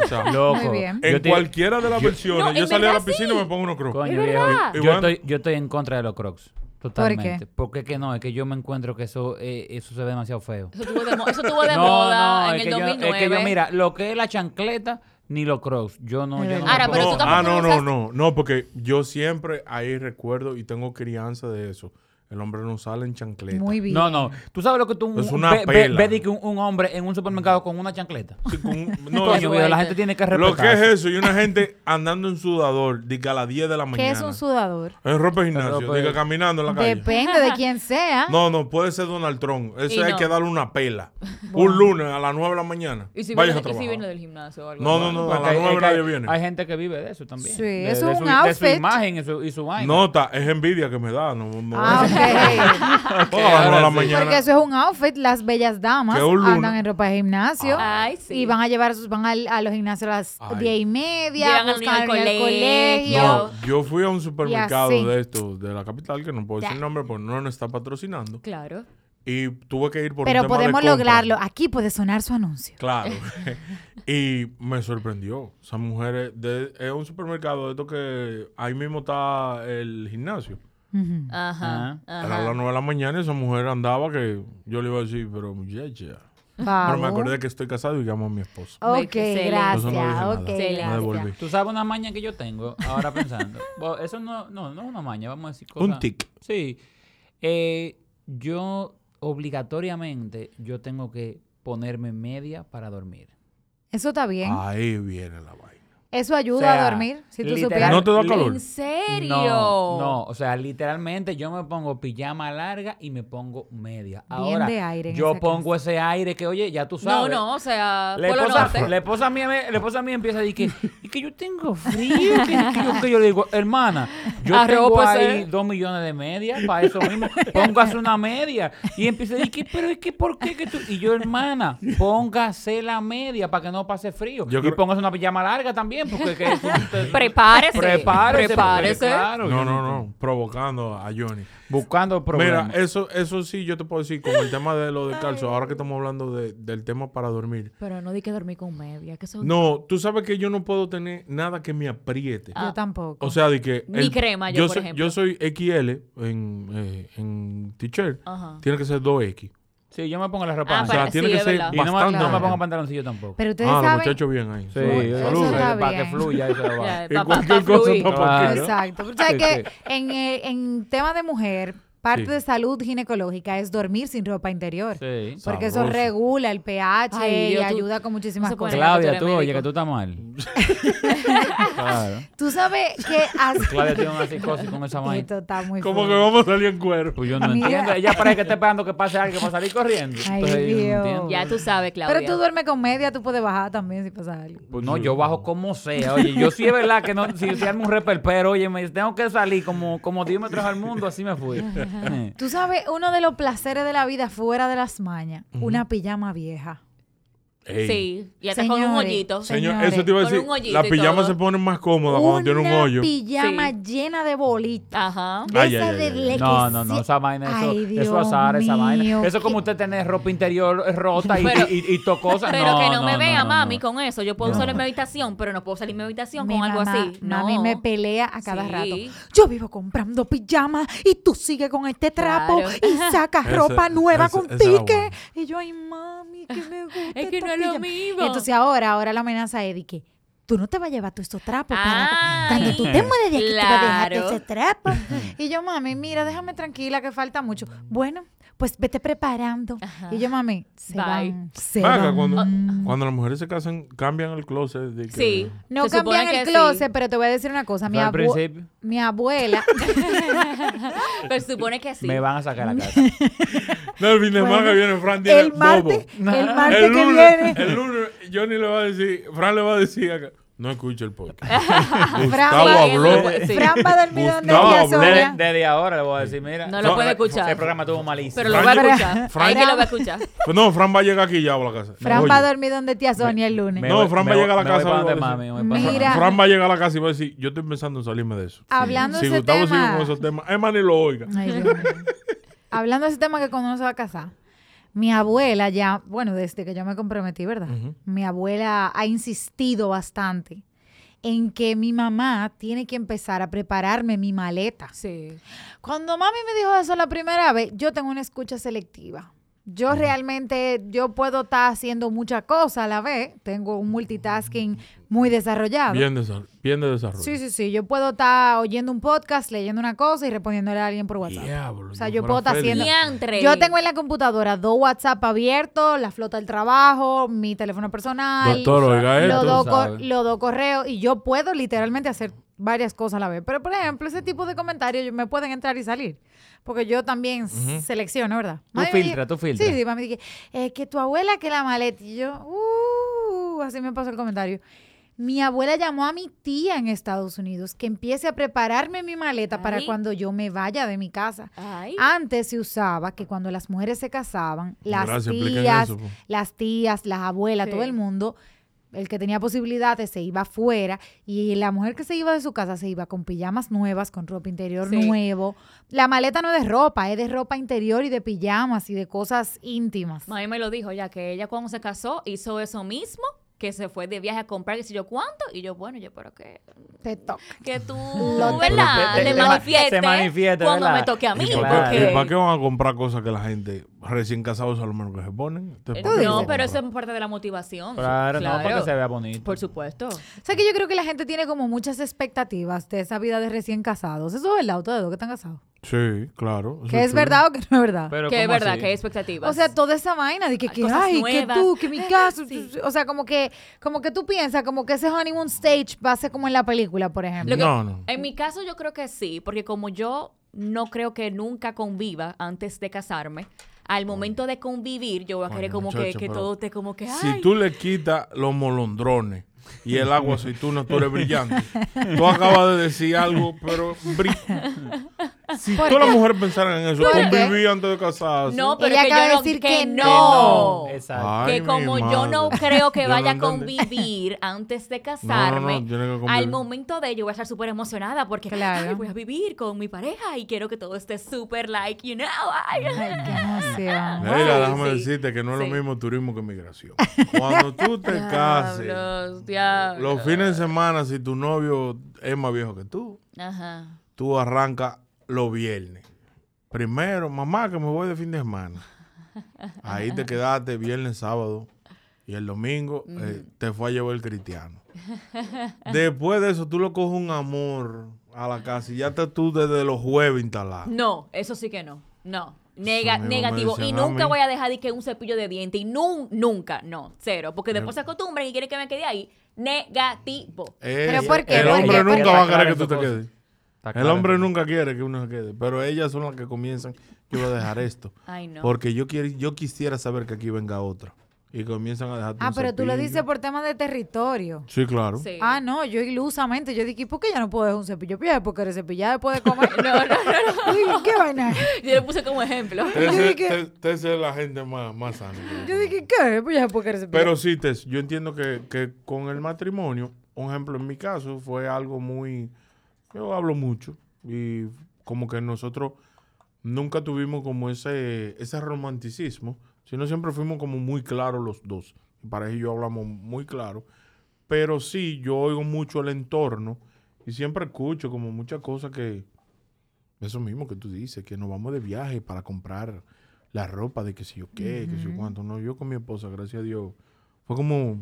Speaker 1: O sea,
Speaker 4: Loco.
Speaker 2: Muy bien.
Speaker 1: en
Speaker 4: yo te-
Speaker 1: cualquiera de las
Speaker 4: yo-
Speaker 1: versiones,
Speaker 3: No,
Speaker 1: yo
Speaker 3: en
Speaker 1: salí a la
Speaker 3: verdad
Speaker 1: piscina
Speaker 3: sí.
Speaker 1: y me pongo unos crocs.
Speaker 4: Coño,
Speaker 3: Es
Speaker 4: viejo,
Speaker 3: verdad.
Speaker 4: Yo,
Speaker 1: Igual-
Speaker 4: estoy, yo estoy en contra de los crocs. Totalmente. Porque es que no, es que yo me encuentro que eso, eh, eso se ve demasiado feo.
Speaker 3: Eso tuvo de, mo- eso tuvo de
Speaker 4: no,
Speaker 3: moda en
Speaker 4: es
Speaker 3: el
Speaker 4: que yo-
Speaker 3: 2009.
Speaker 4: es que yo, mira, lo que es la chancleta ni los crocs. Yo no,
Speaker 2: Es
Speaker 4: yo
Speaker 2: verdad.
Speaker 4: no. me
Speaker 3: Ahora, pero
Speaker 4: puedo-
Speaker 3: tú
Speaker 1: no, ah, no,
Speaker 3: tampoco
Speaker 1: no, no,
Speaker 3: usas-
Speaker 1: no, porque yo siempre ahí recuerdo y tengo crianza de eso. El hombre no sale en chancleta.
Speaker 2: Muy bien.
Speaker 4: No, no. Tú sabes lo que tú.
Speaker 1: Es
Speaker 4: un-
Speaker 1: una
Speaker 4: ve, ve-
Speaker 1: pela.
Speaker 4: ve de que un, un hombre en un supermercado con una chancleta.
Speaker 1: Sí, con- no,
Speaker 4: Coño,
Speaker 1: eso-
Speaker 4: viejo, la gente tiene que respetar.
Speaker 1: lo que es eso, y una gente andando en sudador, diga a las 10 de la
Speaker 2: ¿Qué
Speaker 1: mañana.
Speaker 2: es un sudador?
Speaker 1: En ropa de gimnasio,
Speaker 4: En ropa de-
Speaker 1: diga caminando en la calle.
Speaker 2: Depende de quién sea.
Speaker 1: No, no, puede ser Donald Trump. Eso
Speaker 3: Y
Speaker 1: hay
Speaker 3: no.
Speaker 1: que darle una pela. Un lunes a las 9 de la mañana.
Speaker 3: Y si
Speaker 1: Vayas a
Speaker 3: viene, y si
Speaker 1: trabajar.
Speaker 3: viene del gimnasio o algo.
Speaker 1: No, no, no, a
Speaker 4: Porque
Speaker 1: las
Speaker 4: hay-
Speaker 1: 9
Speaker 4: es que hay-
Speaker 1: nadie viene.
Speaker 4: Hay gente que vive de eso también.
Speaker 2: Sí,
Speaker 4: De-
Speaker 2: eso
Speaker 4: de
Speaker 2: es
Speaker 4: su-
Speaker 2: un
Speaker 4: De
Speaker 2: outfit.
Speaker 4: su imagen y su, y su vaina.
Speaker 1: No, ta- es envidia que me da. No, no,
Speaker 2: Ah, ok.
Speaker 1: Pongo a las nueve de la
Speaker 4: ahora sí.
Speaker 1: mañana.
Speaker 2: Porque eso es un outfit. Las bellas damas
Speaker 1: Que un lunes.
Speaker 2: andan en ropa de gimnasio.
Speaker 3: Ay, sí.
Speaker 2: Y van a llevar sus, van al- a, los gimnasios a las
Speaker 1: Ay.
Speaker 2: diez y media, pues,
Speaker 3: Llevan al
Speaker 2: buscan
Speaker 3: niño al
Speaker 2: al niño al
Speaker 3: colegio.
Speaker 2: colegio.
Speaker 1: No, yo fui a un supermercado
Speaker 2: así.
Speaker 1: de estos, de la capital, que no puedo decir el nombre porque no nos está patrocinando.
Speaker 3: Claro.
Speaker 1: Y tuve que ir por un
Speaker 2: Pero
Speaker 1: tema de
Speaker 2: podemos
Speaker 1: compra.
Speaker 2: lograrlo. Aquí puede sonar su anuncio.
Speaker 1: Claro. y me sorprendió. Esas mujeres, de, es un supermercado de estos que ahí mismo está el gimnasio.
Speaker 2: Ujú. Ah.
Speaker 4: Ah.
Speaker 3: Ajá.
Speaker 1: Era
Speaker 3: ajá.
Speaker 1: las 9 de la mañana y esa mujer andaba que yo le iba a decir, pero muchacha. Pero me
Speaker 2: Vamos.
Speaker 1: acordé que estoy casado y llamo a mi esposo.
Speaker 2: Ok,
Speaker 3: Excelente.
Speaker 2: Oh, gracias.
Speaker 1: Entonces no dije nada.
Speaker 2: ok,
Speaker 1: No
Speaker 3: Excelente.
Speaker 2: gracias.
Speaker 1: devolví.
Speaker 4: Tú sabes una maña que yo tengo, ahora pensando. Bo- eso no, no, no es una maña, vamos a decir cosas.
Speaker 1: Un tic.
Speaker 4: Sí. Eh, yo obligatoriamente yo tengo que ponerme media para dormir.
Speaker 2: Eso está bien.
Speaker 1: Ahí viene la vaina.
Speaker 2: Eso ayuda
Speaker 4: O sea,
Speaker 2: a dormir. Si tú
Speaker 4: literal-
Speaker 2: supieras.
Speaker 1: ¿No te da
Speaker 4: li-
Speaker 1: calor?
Speaker 3: ¿En serio?
Speaker 4: No, no, o sea, literalmente yo me pongo pijama larga y me pongo media. Ahora,
Speaker 2: de aire en
Speaker 4: yo
Speaker 2: esa
Speaker 4: pongo ese aire que, oye, ya tú
Speaker 3: No,
Speaker 4: sabes.
Speaker 3: no, o sea,
Speaker 4: La
Speaker 3: Polo
Speaker 4: esposa,
Speaker 3: Norte.
Speaker 4: la esposa mía, me- la esposa mía empieza a decir que, "Es que yo tengo frío. Que, que yo, que yo le digo, hermana, yo tengo
Speaker 3: Arrópase.
Speaker 4: ahí dos millones de medias para eso mismo. Póngase una media. Y empieza a decir, que, pero es que ¿por qué que tú? Y yo, hermana, póngase la media para que no pase frío.
Speaker 1: Yo
Speaker 4: y
Speaker 1: creo-
Speaker 4: póngase una pijama larga también porque es que tú- te-
Speaker 3: Prepárese.
Speaker 4: prepárese. porque,
Speaker 3: Prepárese.
Speaker 4: claro,
Speaker 1: No,
Speaker 4: yo
Speaker 1: no, no. Provocando a Johnny.
Speaker 4: Buscando problemas.
Speaker 1: Mira, eh- eso, eso sí yo te puedo decir con el tema de lo descalzo. Ahora que estamos hablando de- del tema para dormir.
Speaker 3: Pero no di que dormí con media, que eso
Speaker 1: No, tú sabes que yo no puedo tener nada que me apriete.
Speaker 2: Yo tampoco.
Speaker 1: O sea, de que...
Speaker 3: Ah, Ni crema, yo, por
Speaker 1: soy,
Speaker 3: ejemplo.
Speaker 1: Yo soy XL en, eh, en t-shirt.
Speaker 3: Ajá.
Speaker 1: Tiene que ser 2X.
Speaker 4: sí, yo me pongo la ropa.
Speaker 3: Ah,
Speaker 1: O
Speaker 4: ancha.
Speaker 1: sea,
Speaker 3: Para-
Speaker 1: tiene
Speaker 3: sí,
Speaker 1: que
Speaker 3: es
Speaker 1: ser
Speaker 3: verdad.
Speaker 4: y no, me-
Speaker 1: bastante
Speaker 4: no me
Speaker 1: ancha.
Speaker 4: pongo pantaloncillo tampoco.
Speaker 2: Pero ustedes
Speaker 1: Ah, los
Speaker 2: saben.
Speaker 1: muchachos bien ahí.
Speaker 4: Sí,
Speaker 2: Eso
Speaker 4: saludos,
Speaker 2: está
Speaker 4: para que
Speaker 2: bien.
Speaker 4: fluya eso va.
Speaker 3: Ya,
Speaker 1: Y
Speaker 3: pa- pa-
Speaker 1: cualquier
Speaker 3: pa'
Speaker 1: cosa
Speaker 3: fluir.
Speaker 1: pa'
Speaker 4: Claro.
Speaker 1: cualquiera.
Speaker 2: Exacto. Pero sabes
Speaker 4: Sí,
Speaker 2: que en, eh, en tema de mujer, Parte
Speaker 1: Sí.
Speaker 2: de salud ginecológica es dormir sin ropa interior.
Speaker 5: Sí.
Speaker 2: Porque eso
Speaker 1: Sabroso.
Speaker 2: regula el pH
Speaker 3: Ay,
Speaker 2: y
Speaker 3: Dios, tú-
Speaker 2: ayuda con muchísimas
Speaker 3: no se
Speaker 2: cosas.
Speaker 3: puede- Bueno, que
Speaker 5: Claudia,
Speaker 3: tú
Speaker 5: tú,
Speaker 3: eres
Speaker 5: oye,
Speaker 3: médico.
Speaker 5: que tú estás mal. claro.
Speaker 2: Tú sabes que
Speaker 5: Claudia
Speaker 2: hace...
Speaker 5: tiene una psicosis con esa vaina.
Speaker 2: Esto está muy
Speaker 1: Como que
Speaker 2: fuerte.
Speaker 1: vamos a salir en cuero.
Speaker 5: Pues yo no
Speaker 2: Mira.
Speaker 5: entiendo. Ella parece que está esperando que pase algo para salir corriendo.
Speaker 2: Ay,
Speaker 5: Entonces, yo no
Speaker 2: Dios.
Speaker 5: entiendo.
Speaker 3: Ya tú sabes, Claudia.
Speaker 2: Pero tú duermes con media, tú puedes bajar también si pasa algo.
Speaker 5: Pues no, yo bajo como sea. Oye, yo sí es verdad que no, si se arma un reperpero, oye, me tengo que salir como, como 10 metros al mundo, así me fui. Eh,
Speaker 2: Tú sabes, uno de los placeres de la vida fuera de las mañas, una pijama vieja.
Speaker 1: Ey.
Speaker 3: Sí, ya está con un
Speaker 2: Señores.
Speaker 3: hoyito.
Speaker 1: Señor,
Speaker 2: Señores,
Speaker 1: eso te iba a
Speaker 3: con
Speaker 1: decir.
Speaker 3: un hoyito
Speaker 1: La
Speaker 3: y
Speaker 1: pijama
Speaker 3: todo.
Speaker 1: se pone más cómoda cuando tiene un
Speaker 2: Una
Speaker 1: hoyo.
Speaker 2: pijama
Speaker 3: Sí.
Speaker 2: llena de bolitas.
Speaker 3: Ajá.
Speaker 2: De
Speaker 1: Ay,
Speaker 2: esa
Speaker 1: ay, ay,
Speaker 2: de
Speaker 1: ay.
Speaker 2: le-
Speaker 5: No,
Speaker 2: que
Speaker 5: no, no,
Speaker 2: sí.
Speaker 5: esa vaina, eso,
Speaker 2: Ay, Dios
Speaker 5: eso azar, esa
Speaker 2: mío,
Speaker 5: vaina. Eso
Speaker 2: qué-
Speaker 5: como usted tener ropa interior rota y,
Speaker 3: Pero-
Speaker 5: y, y, y tocosa.
Speaker 3: Pero que no, me vea,
Speaker 5: no,
Speaker 3: mami,
Speaker 5: no.
Speaker 3: con eso. Yo puedo
Speaker 5: No.
Speaker 3: salir en mi habitación, pero no puedo salir de mi habitación
Speaker 2: Mi
Speaker 3: con algo
Speaker 2: mamá-
Speaker 3: así. No.
Speaker 2: Mami me pelea a cada
Speaker 3: Sí.
Speaker 2: rato. Yo vivo comprando pijama y tú sigues con este trapo
Speaker 3: Claro.
Speaker 2: y sacas
Speaker 1: Ese-
Speaker 2: ropa nueva
Speaker 1: ese-
Speaker 2: con
Speaker 1: ese era
Speaker 2: pique.
Speaker 1: bueno.
Speaker 2: Y yo, ay, mami, que me gusta.
Speaker 3: Es
Speaker 2: esta
Speaker 3: que no es lo
Speaker 2: pijama".
Speaker 3: mismo.
Speaker 2: Y entonces ahora, ahora la amenaza es de que tú no te vas a llevar todos estos trapos. para- Cuando tú te
Speaker 3: Ay,
Speaker 2: mueres de aquí, tú vas a dejar
Speaker 3: Ah. claro.
Speaker 2: todo ese trapo. Y yo, mami, mira, déjame tranquila que falta mucho. Bueno. Pues vete preparando. Y yo, mami, se
Speaker 3: Bye.
Speaker 2: van, se
Speaker 1: Vaga,
Speaker 2: van.
Speaker 1: cuando,
Speaker 2: Oh.
Speaker 1: cuando las mujeres se casan, cambian el closet. de que-
Speaker 3: Sí.
Speaker 2: No
Speaker 3: se supone
Speaker 2: cambian el
Speaker 3: que sí.
Speaker 2: closet, pero te voy a decir una cosa. Mi,
Speaker 5: Fue al
Speaker 2: abue-
Speaker 5: principio.
Speaker 2: mi abuela.
Speaker 3: Pero se supone que sí.
Speaker 5: Me van a sacar a la casa.
Speaker 1: No, el fin de
Speaker 2: Bueno,
Speaker 1: semana que viene, Fran tiene
Speaker 2: el martes,
Speaker 1: bobo.
Speaker 2: el martes
Speaker 1: El
Speaker 2: que
Speaker 1: lunes,
Speaker 2: viene.
Speaker 1: el lunes, Johnny le va a decir, Fran le va a decir acá, no escucha el podcast.
Speaker 2: Fran,
Speaker 1: Gustavo
Speaker 3: va-
Speaker 1: habló.
Speaker 3: Sí.
Speaker 2: Fran va a dormir donde
Speaker 1: Gustavo,
Speaker 2: ella
Speaker 1: hablé
Speaker 5: Desde,
Speaker 2: sola.
Speaker 5: desde ahora le voy a decir, mira.
Speaker 3: No lo puede
Speaker 5: eh,
Speaker 3: escuchar.
Speaker 5: Ese programa tuvo malísimo.
Speaker 3: Pero lo va a
Speaker 1: Fran-
Speaker 3: escuchar.
Speaker 1: Fran-
Speaker 3: Ahí que lo va a escuchar.
Speaker 1: Pues no, Fran va a llegar aquí ya a la casa.
Speaker 2: Fran
Speaker 1: Oye,
Speaker 2: va a dormir donde tía Sonia el lunes.
Speaker 5: Me
Speaker 1: No,
Speaker 5: voy-
Speaker 1: Fran
Speaker 5: me
Speaker 1: va a
Speaker 5: voy-
Speaker 1: llegar a la
Speaker 5: me voy
Speaker 1: casa,
Speaker 5: pa'
Speaker 1: me
Speaker 5: donde
Speaker 1: voy a
Speaker 5: mami, me voy pa'
Speaker 2: decir.
Speaker 5: donde
Speaker 2: Mira.
Speaker 5: mami.
Speaker 1: Fran va a llegar a la casa y va a decir, yo estoy pensando en salirme de eso.
Speaker 2: Hablando
Speaker 1: si
Speaker 2: de ese
Speaker 1: Gustavo sigue
Speaker 2: tema.
Speaker 1: con esos temas, es más ni lo oiga.
Speaker 2: Ay, Dios mío. Hablando de ese tema que cuando uno se va a casar, mi abuela ya, bueno, desde que yo me comprometí, ¿verdad? Mi abuela ha insistido bastante en que mi mamá tiene que empezar a prepararme mi maleta.
Speaker 3: Sí.
Speaker 2: Cuando mami me dijo eso la primera vez, yo tengo una escucha selectiva. Yo realmente, yo puedo estar haciendo muchas cosas a la vez. Tengo un multitasking muy desarrollado.
Speaker 1: Bien, desa- bien de desarrollo.
Speaker 2: Sí, sí, sí. Yo puedo estar oyendo un podcast, leyendo una cosa y respondiéndole a alguien por WhatsApp.
Speaker 1: Diablo,
Speaker 2: O sea,
Speaker 1: yo
Speaker 2: yo
Speaker 1: fuera
Speaker 2: puedo estar
Speaker 1: Freddy.
Speaker 2: haciendo...
Speaker 3: Diantre.
Speaker 2: Yo tengo en la computadora dos WhatsApp abiertos, la flota del trabajo, mi teléfono personal,
Speaker 1: Doctor, oiga
Speaker 2: los
Speaker 1: esto.
Speaker 2: dos
Speaker 5: tú
Speaker 2: cor-
Speaker 5: sabes.
Speaker 2: los dos correos y yo puedo literalmente hacer varias cosas a la vez. Pero, por ejemplo, ese tipo de comentarios yo- me pueden entrar y salir. Porque yo también selecciono, ¿verdad? Mami me
Speaker 5: filtra,
Speaker 2: dijo-
Speaker 5: tú filtra.
Speaker 2: Sí, sí, mami dije, eh, que tu abuela que la maleta. Y yo, uh, así me pasó el comentario. Mi abuela llamó a mi tía en Estados Unidos que empiece a prepararme mi maleta para
Speaker 3: Ay.
Speaker 2: cuando yo me vaya de mi casa.
Speaker 3: Ay.
Speaker 2: Antes se usaba que cuando las mujeres se casaban, las
Speaker 1: Gracias, expliquen
Speaker 2: tías,
Speaker 1: eso, po.
Speaker 2: las tías, las abuelas,
Speaker 3: Sí.
Speaker 2: todo el mundo, el que tenía posibilidades se iba afuera y la mujer que se iba de su casa se iba con pijamas nuevas, con ropa interior
Speaker 3: Sí.
Speaker 2: nuevo. La maleta no es de ropa, es de ropa interior y de pijamas y de cosas íntimas.
Speaker 3: Mami me lo dijo ya que ella cuando se casó hizo eso mismo, que se fue de viaje a comprar, qué sé yo cuánto, y yo, bueno, yo espero que,
Speaker 2: Te toca.
Speaker 3: que tú,
Speaker 2: Lo-
Speaker 3: ¿verdad?
Speaker 5: Te-
Speaker 3: Te
Speaker 5: te- te-
Speaker 3: manifiestes
Speaker 5: se manifieste,
Speaker 3: cuando
Speaker 5: ¿verdad?
Speaker 3: me toque a mí,
Speaker 1: ¿Y
Speaker 5: Claro.
Speaker 1: para, qué,
Speaker 3: porque-
Speaker 1: y para qué van a comprar cosas que la gente recién casados a lo menos que se ponen? Entonces, ¿para
Speaker 3: Eh,
Speaker 1: qué
Speaker 2: dices.
Speaker 1: van
Speaker 3: No,
Speaker 1: a
Speaker 3: pero eso
Speaker 1: comprar?
Speaker 3: es parte de la motivación.
Speaker 5: Claro, no, para que se vea bonito.
Speaker 3: Por supuesto.
Speaker 2: O sea que yo creo que la gente tiene como muchas expectativas de esa vida de recién casados. Eso es verdad, ustedes dos que están casados.
Speaker 1: Sí, claro. eso
Speaker 2: ¿Que es
Speaker 1: chulo.
Speaker 2: verdad o que no es verdad?
Speaker 5: Pero
Speaker 3: Que es
Speaker 5: ¿cómo
Speaker 3: verdad,
Speaker 5: así?
Speaker 3: que hay expectativas.
Speaker 2: O sea, toda esa vaina de que, que
Speaker 3: cosas
Speaker 2: ay,
Speaker 3: nuevas.
Speaker 2: que tú, que mi caso,
Speaker 3: Sí.
Speaker 2: o sea, como que como que tú piensas como que ese honeymoon stage va a ser como en la película, por ejemplo.
Speaker 3: Lo que-
Speaker 1: No, no.
Speaker 3: En mi caso yo creo que sí, porque como yo no creo que nunca conviva antes de casarme, al momento de convivir yo voy a
Speaker 1: Coño,
Speaker 3: querer como que,
Speaker 1: muchacho,
Speaker 3: que
Speaker 1: pero
Speaker 3: todo esté como que...
Speaker 1: Si
Speaker 3: ay,
Speaker 1: tú le quitas los molondrones y el agua aceituna, tú eres brillante. Tú acabas de decir algo, pero... bri- Si
Speaker 2: ¿Por
Speaker 1: todas
Speaker 2: qué?
Speaker 1: las mujeres pensaran en eso,
Speaker 2: ¿Por qué?
Speaker 1: conviví antes de casarse.
Speaker 3: No, pero
Speaker 2: Ella
Speaker 3: que
Speaker 2: acaba
Speaker 3: yo
Speaker 2: de
Speaker 3: no,
Speaker 2: decir
Speaker 3: que,
Speaker 2: que
Speaker 3: no.
Speaker 2: no.
Speaker 5: Exacto.
Speaker 1: Ay,
Speaker 3: Que
Speaker 1: mi
Speaker 3: como yo no
Speaker 1: madre.
Speaker 3: creo que
Speaker 1: Yo
Speaker 3: vaya a
Speaker 1: no entendí.
Speaker 3: convivir antes de
Speaker 1: No, no,
Speaker 3: casarme,
Speaker 1: no, tiene que
Speaker 3: al
Speaker 1: convivir.
Speaker 3: momento de ello voy a estar súper emocionada porque
Speaker 2: Claro.
Speaker 3: ay, voy a vivir con mi pareja y quiero que todo esté súper like, you know. ay.
Speaker 2: Ay, qué emoción.
Speaker 1: Leila,
Speaker 3: Ay,
Speaker 1: déjame
Speaker 3: sí.
Speaker 1: decirte que no es
Speaker 3: Sí.
Speaker 1: lo mismo turismo que migración. Cuando tú te cases,
Speaker 3: Diablos, diablos.
Speaker 1: los fines de semana, si tu novio es más viejo que tú,
Speaker 3: Ajá.
Speaker 1: tú arrancas los viernes. Primero, mamá, que me voy de fin de semana. Ahí te quedaste viernes, sábado. Y el domingo eh, te fue a llevar el cristiano. Después de eso, tú le coges un amor a la casa y ya estás tú desde los jueves instalado.
Speaker 3: No, eso sí que no. No. Nega-
Speaker 1: Eso mismo me
Speaker 3: negativo.
Speaker 1: decían
Speaker 3: Y
Speaker 1: a
Speaker 3: nunca
Speaker 1: mí.
Speaker 3: voy a dejar de que un cepillo de diente. Y nun- nunca, no. Cero. Porque después se acostumbran y quieren que me quede ahí. Negativo.
Speaker 1: Eh,
Speaker 2: ¿Pero por qué?
Speaker 1: El
Speaker 2: ¿Por
Speaker 1: hombre
Speaker 2: qué? ¿Por
Speaker 1: nunca
Speaker 2: qué?
Speaker 1: va a querer que
Speaker 5: Está
Speaker 1: tú te
Speaker 5: claro esa
Speaker 1: quedes. El hombre nunca quiere que uno se quede. Pero ellas son las que comienzan. Yo voy a dejar esto.
Speaker 3: Ay, no.
Speaker 1: Porque yo, quiero, yo quisiera saber que aquí venga otra. Y comienzan a dejar
Speaker 2: Ah, pero tú lo dices por temas de territorio.
Speaker 1: Sí, claro.
Speaker 3: Sí.
Speaker 2: Ah, no, yo ilusamente, yo dije, ¿y ¿por qué ya no puedo dejar un cepillo? Pues, Porque eres cepillada después de comer. no, no, no. ¿Qué vaina? es?
Speaker 3: Yo lo puse como ejemplo.
Speaker 1: Tese-
Speaker 2: que-
Speaker 1: te- Tese es la gente más, más sana.
Speaker 2: Yo dije, ¿qué? Pues ya porque eres cepillada.
Speaker 1: Pero sí, Tess, yo entiendo que, que con el matrimonio, un ejemplo en mi caso, fue algo muy... Yo hablo mucho y como que nosotros nunca tuvimos como ese, ese romanticismo, sino siempre fuimos como muy claros los dos. Mi pareja y yo hablamos muy claro. Pero sí, yo oigo mucho el entorno y siempre escucho como muchas cosas que... Eso mismo que tú dices, que nos vamos de viaje para comprar la ropa de que si yo qué, que si yo cuánto. No, yo con mi esposa, gracias a Dios, fue como...